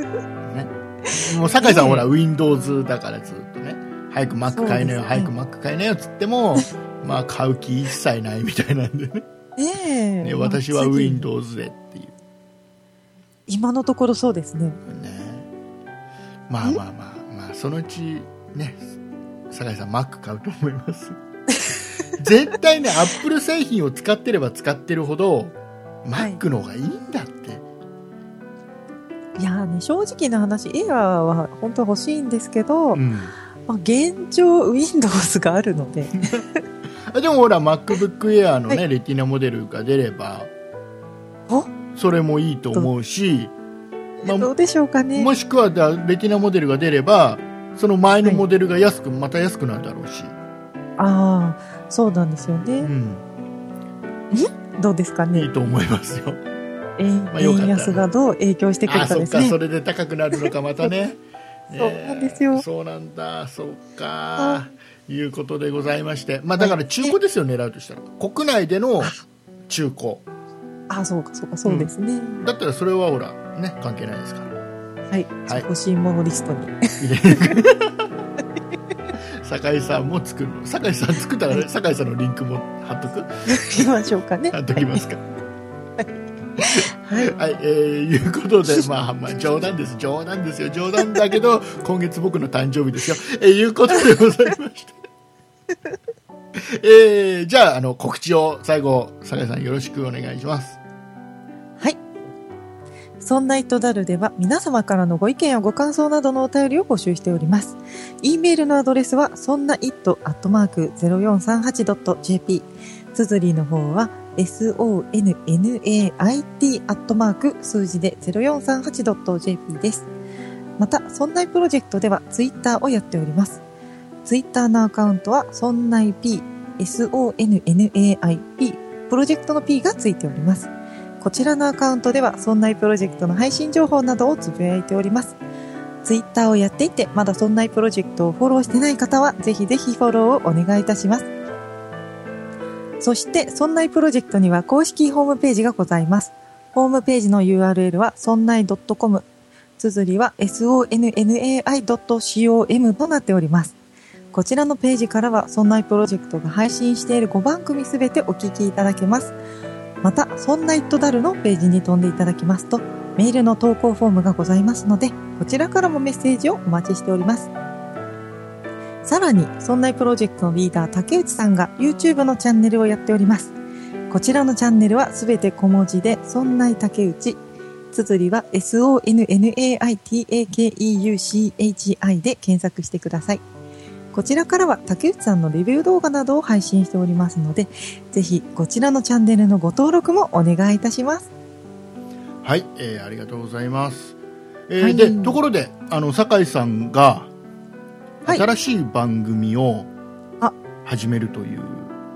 Speaker 2: ね。もう酒井さんはほら、Windows だからずっとね、早く Mac 買いなよ、
Speaker 3: そ
Speaker 2: 早
Speaker 3: うですね
Speaker 2: く Mac 買いなよっつっても、まあ、買う気一切ないみたいなんで ね。
Speaker 3: ねえ。
Speaker 2: ね
Speaker 3: まあ
Speaker 2: 私は
Speaker 3: 次
Speaker 2: Windows でっていう。
Speaker 3: 今のところそうですね。
Speaker 2: ね。まあまあまあ、まあ、そのうち、ね、酒井さん、Mac 買うと思い ます。絶対ね、Apple 製品を使ってれば使ってるほど、
Speaker 3: はい
Speaker 2: Mac の方がいいんだって。
Speaker 3: いやーね、正直な話、エアーは本当は欲しいんですけど、
Speaker 2: うん
Speaker 3: まあ、現状 Windows があるので、
Speaker 2: あでもほら、MacBook Air のね、
Speaker 3: は
Speaker 2: レティナモデルが出れば、
Speaker 3: お
Speaker 2: それもいいと思うし、まあ
Speaker 3: どうでしょうかね。
Speaker 2: もしくはだレティナモデルが出れば、その前のモデルが安く、また安くなるだろうし。
Speaker 3: ああ、そうなんですよ
Speaker 2: う
Speaker 3: ね。
Speaker 2: ん。
Speaker 3: どうですかね
Speaker 2: いい。と思いますよ。
Speaker 3: 円
Speaker 2: あよかった
Speaker 3: 円安がどう影響してく
Speaker 2: あ、
Speaker 3: る
Speaker 2: そ
Speaker 3: かで
Speaker 2: っ
Speaker 3: す
Speaker 2: か、
Speaker 3: ね
Speaker 2: そ。れで高くなるのか、また ね。
Speaker 3: そうそうなんですよ
Speaker 2: そうなんだ、そうか。いうことでございまして。まあ、だから中古ですよ、狙うとしたら。国内での中古。
Speaker 3: あ、そうか、そうか、そうですね。
Speaker 2: だったらそれはほら、ね、関係ないですから。
Speaker 3: はい。欲しいものリストに。
Speaker 2: 酒井さんも作るの酒井さん作ったら、ね、酒井さんのリンクも貼っとく
Speaker 3: 行きましょうか ね。
Speaker 2: 貼っときますか
Speaker 3: はい。
Speaker 2: はい、えー、いうことで、まあ、まあ、冗談です冗談ですよ冗談だけど今月僕の誕生日ですよえー、いうことでございましてえー、じゃああの告知を最後酒井さんよろしくお願いします
Speaker 3: はい。そんな糸だるでは皆様からのご意見やご感想などのお便りを募集しております。e メールのアドレスはそんな it.0438.jp。綴りの方は sonnait アットマーク数字で 0438.jp です。また、そんないプロジェクトではツイッターをやっております。ツイッターのアカウントはそんない p、sonnaip、プロジェクトの p がついております。こちらのアカウントでは、そんないプロジェクトの配信情報などをつぶやいております。ツイッターをやっていて、まだそんないプロジェクトをフォローしてない方は、ぜひぜひフォローをお願いいたします。そして、そんないプロジェクトには公式ホームページがございます。ホームページの URL は、そんない .com。綴りは、sonnai.com となっております。こちらのページからは、そんないプロジェクトが配信している5番組すべてお聞きいただけます。また、そんなイットダルのページに飛んでいただきますと、メールの投稿フォームがございますので、こちらからもメッセージをお待ちしております。さらに、そんなプロジェクトのリーダー、竹内さんが YouTube のチャンネルをやっております。こちらのチャンネルはすべて小文字で、そんない竹内。綴りは sonnaitakeuchi で検索してください。こちらからは竹内さんのレビュー動画などを配信しておりますので、ぜひこちらのチャンネルのご登録もお願いいたします。
Speaker 2: はい、えーありがとうございます。えー
Speaker 3: はい
Speaker 2: でところであの酒井さんが
Speaker 3: はい
Speaker 2: 新しい番組を
Speaker 3: あ
Speaker 2: 始めるという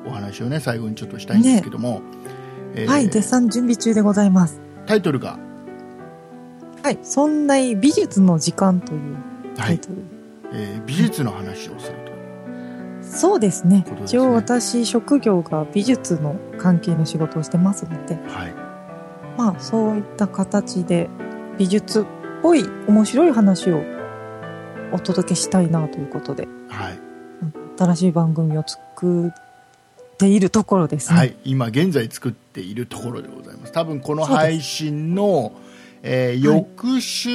Speaker 2: お話をね最後にちょっとしたいんですけども、えー
Speaker 3: はい、絶賛準備中でございます。
Speaker 2: タイトルが、
Speaker 3: はい、そんな美術の時間というタイトル。
Speaker 2: えー美術の話をするという
Speaker 3: そうですね
Speaker 2: ということ。ですね
Speaker 3: 一応私、職業が美術の関係の仕事をしてますので、
Speaker 2: はい、
Speaker 3: まあそういった形で美術っぽい面白い話をお届けしたいなということで、
Speaker 2: はい
Speaker 3: 新しい番組を作っているところですね。
Speaker 2: はい、今現在作っているところでございます多分この
Speaker 3: そうです
Speaker 2: 配信の、えー
Speaker 3: はい
Speaker 2: 翌週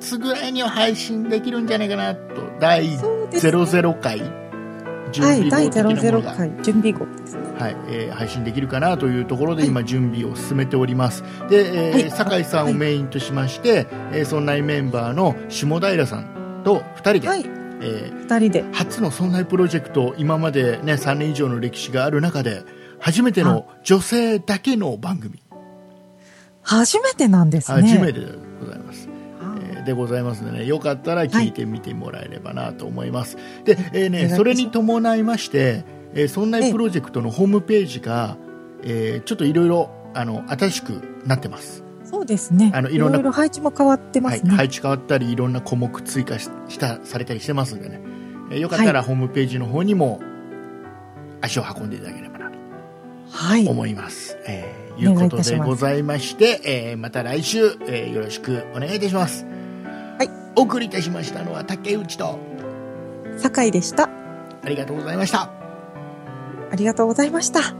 Speaker 2: 末ぐらいには配信できるんじゃないかなと第
Speaker 3: そうですね
Speaker 2: 00回準
Speaker 3: は
Speaker 2: 備
Speaker 3: い、第
Speaker 2: 号的なもの
Speaker 3: 00
Speaker 2: が、
Speaker 3: 回準備号ですね。
Speaker 2: はいえー配信できるかなというところで
Speaker 3: はい
Speaker 2: 今準備を進めております、で、えー
Speaker 3: はい
Speaker 2: 酒井さんをメインとしまして、えーそんなメンバーの下平さんと2人で、
Speaker 3: はい、
Speaker 2: えー
Speaker 3: 二人で。
Speaker 2: 初のそんなプロジェクト今まで、ね、3年以上の歴史がある中で初めての女性だけの番組、
Speaker 3: 初めてなんですね。
Speaker 2: 初めてでございます
Speaker 3: あ
Speaker 2: えーでございますので、ね、よかったら聞いてみてもらえればなと思います。で、えー
Speaker 3: お願い
Speaker 2: ね、
Speaker 3: いたします
Speaker 2: それに伴いまして、えーそんなプロジェクトのホームページが、えーちょっといろいろあの新しくなってます。
Speaker 3: そうですね。
Speaker 2: あのい
Speaker 3: い
Speaker 2: ろ
Speaker 3: ろ
Speaker 2: ん
Speaker 3: い
Speaker 2: な
Speaker 3: ろ配置も変わってま
Speaker 2: はい、
Speaker 3: すね。
Speaker 2: 配置変わったり、いろんな項目追加ししたされたりしてますんでね、えーよかったらホームページの方にも足を運んでいただければなと
Speaker 3: はい。
Speaker 2: 思います。えー
Speaker 3: お
Speaker 2: いう
Speaker 3: 願い
Speaker 2: こ
Speaker 3: い
Speaker 2: と
Speaker 3: たします
Speaker 2: でございまして、えーまた来週、えーよろしくお願いいたします。
Speaker 3: はい。
Speaker 2: お送りいたしましたのは竹内と。
Speaker 3: 酒井でした。
Speaker 2: ありがとうございました。
Speaker 3: ありがとうございました。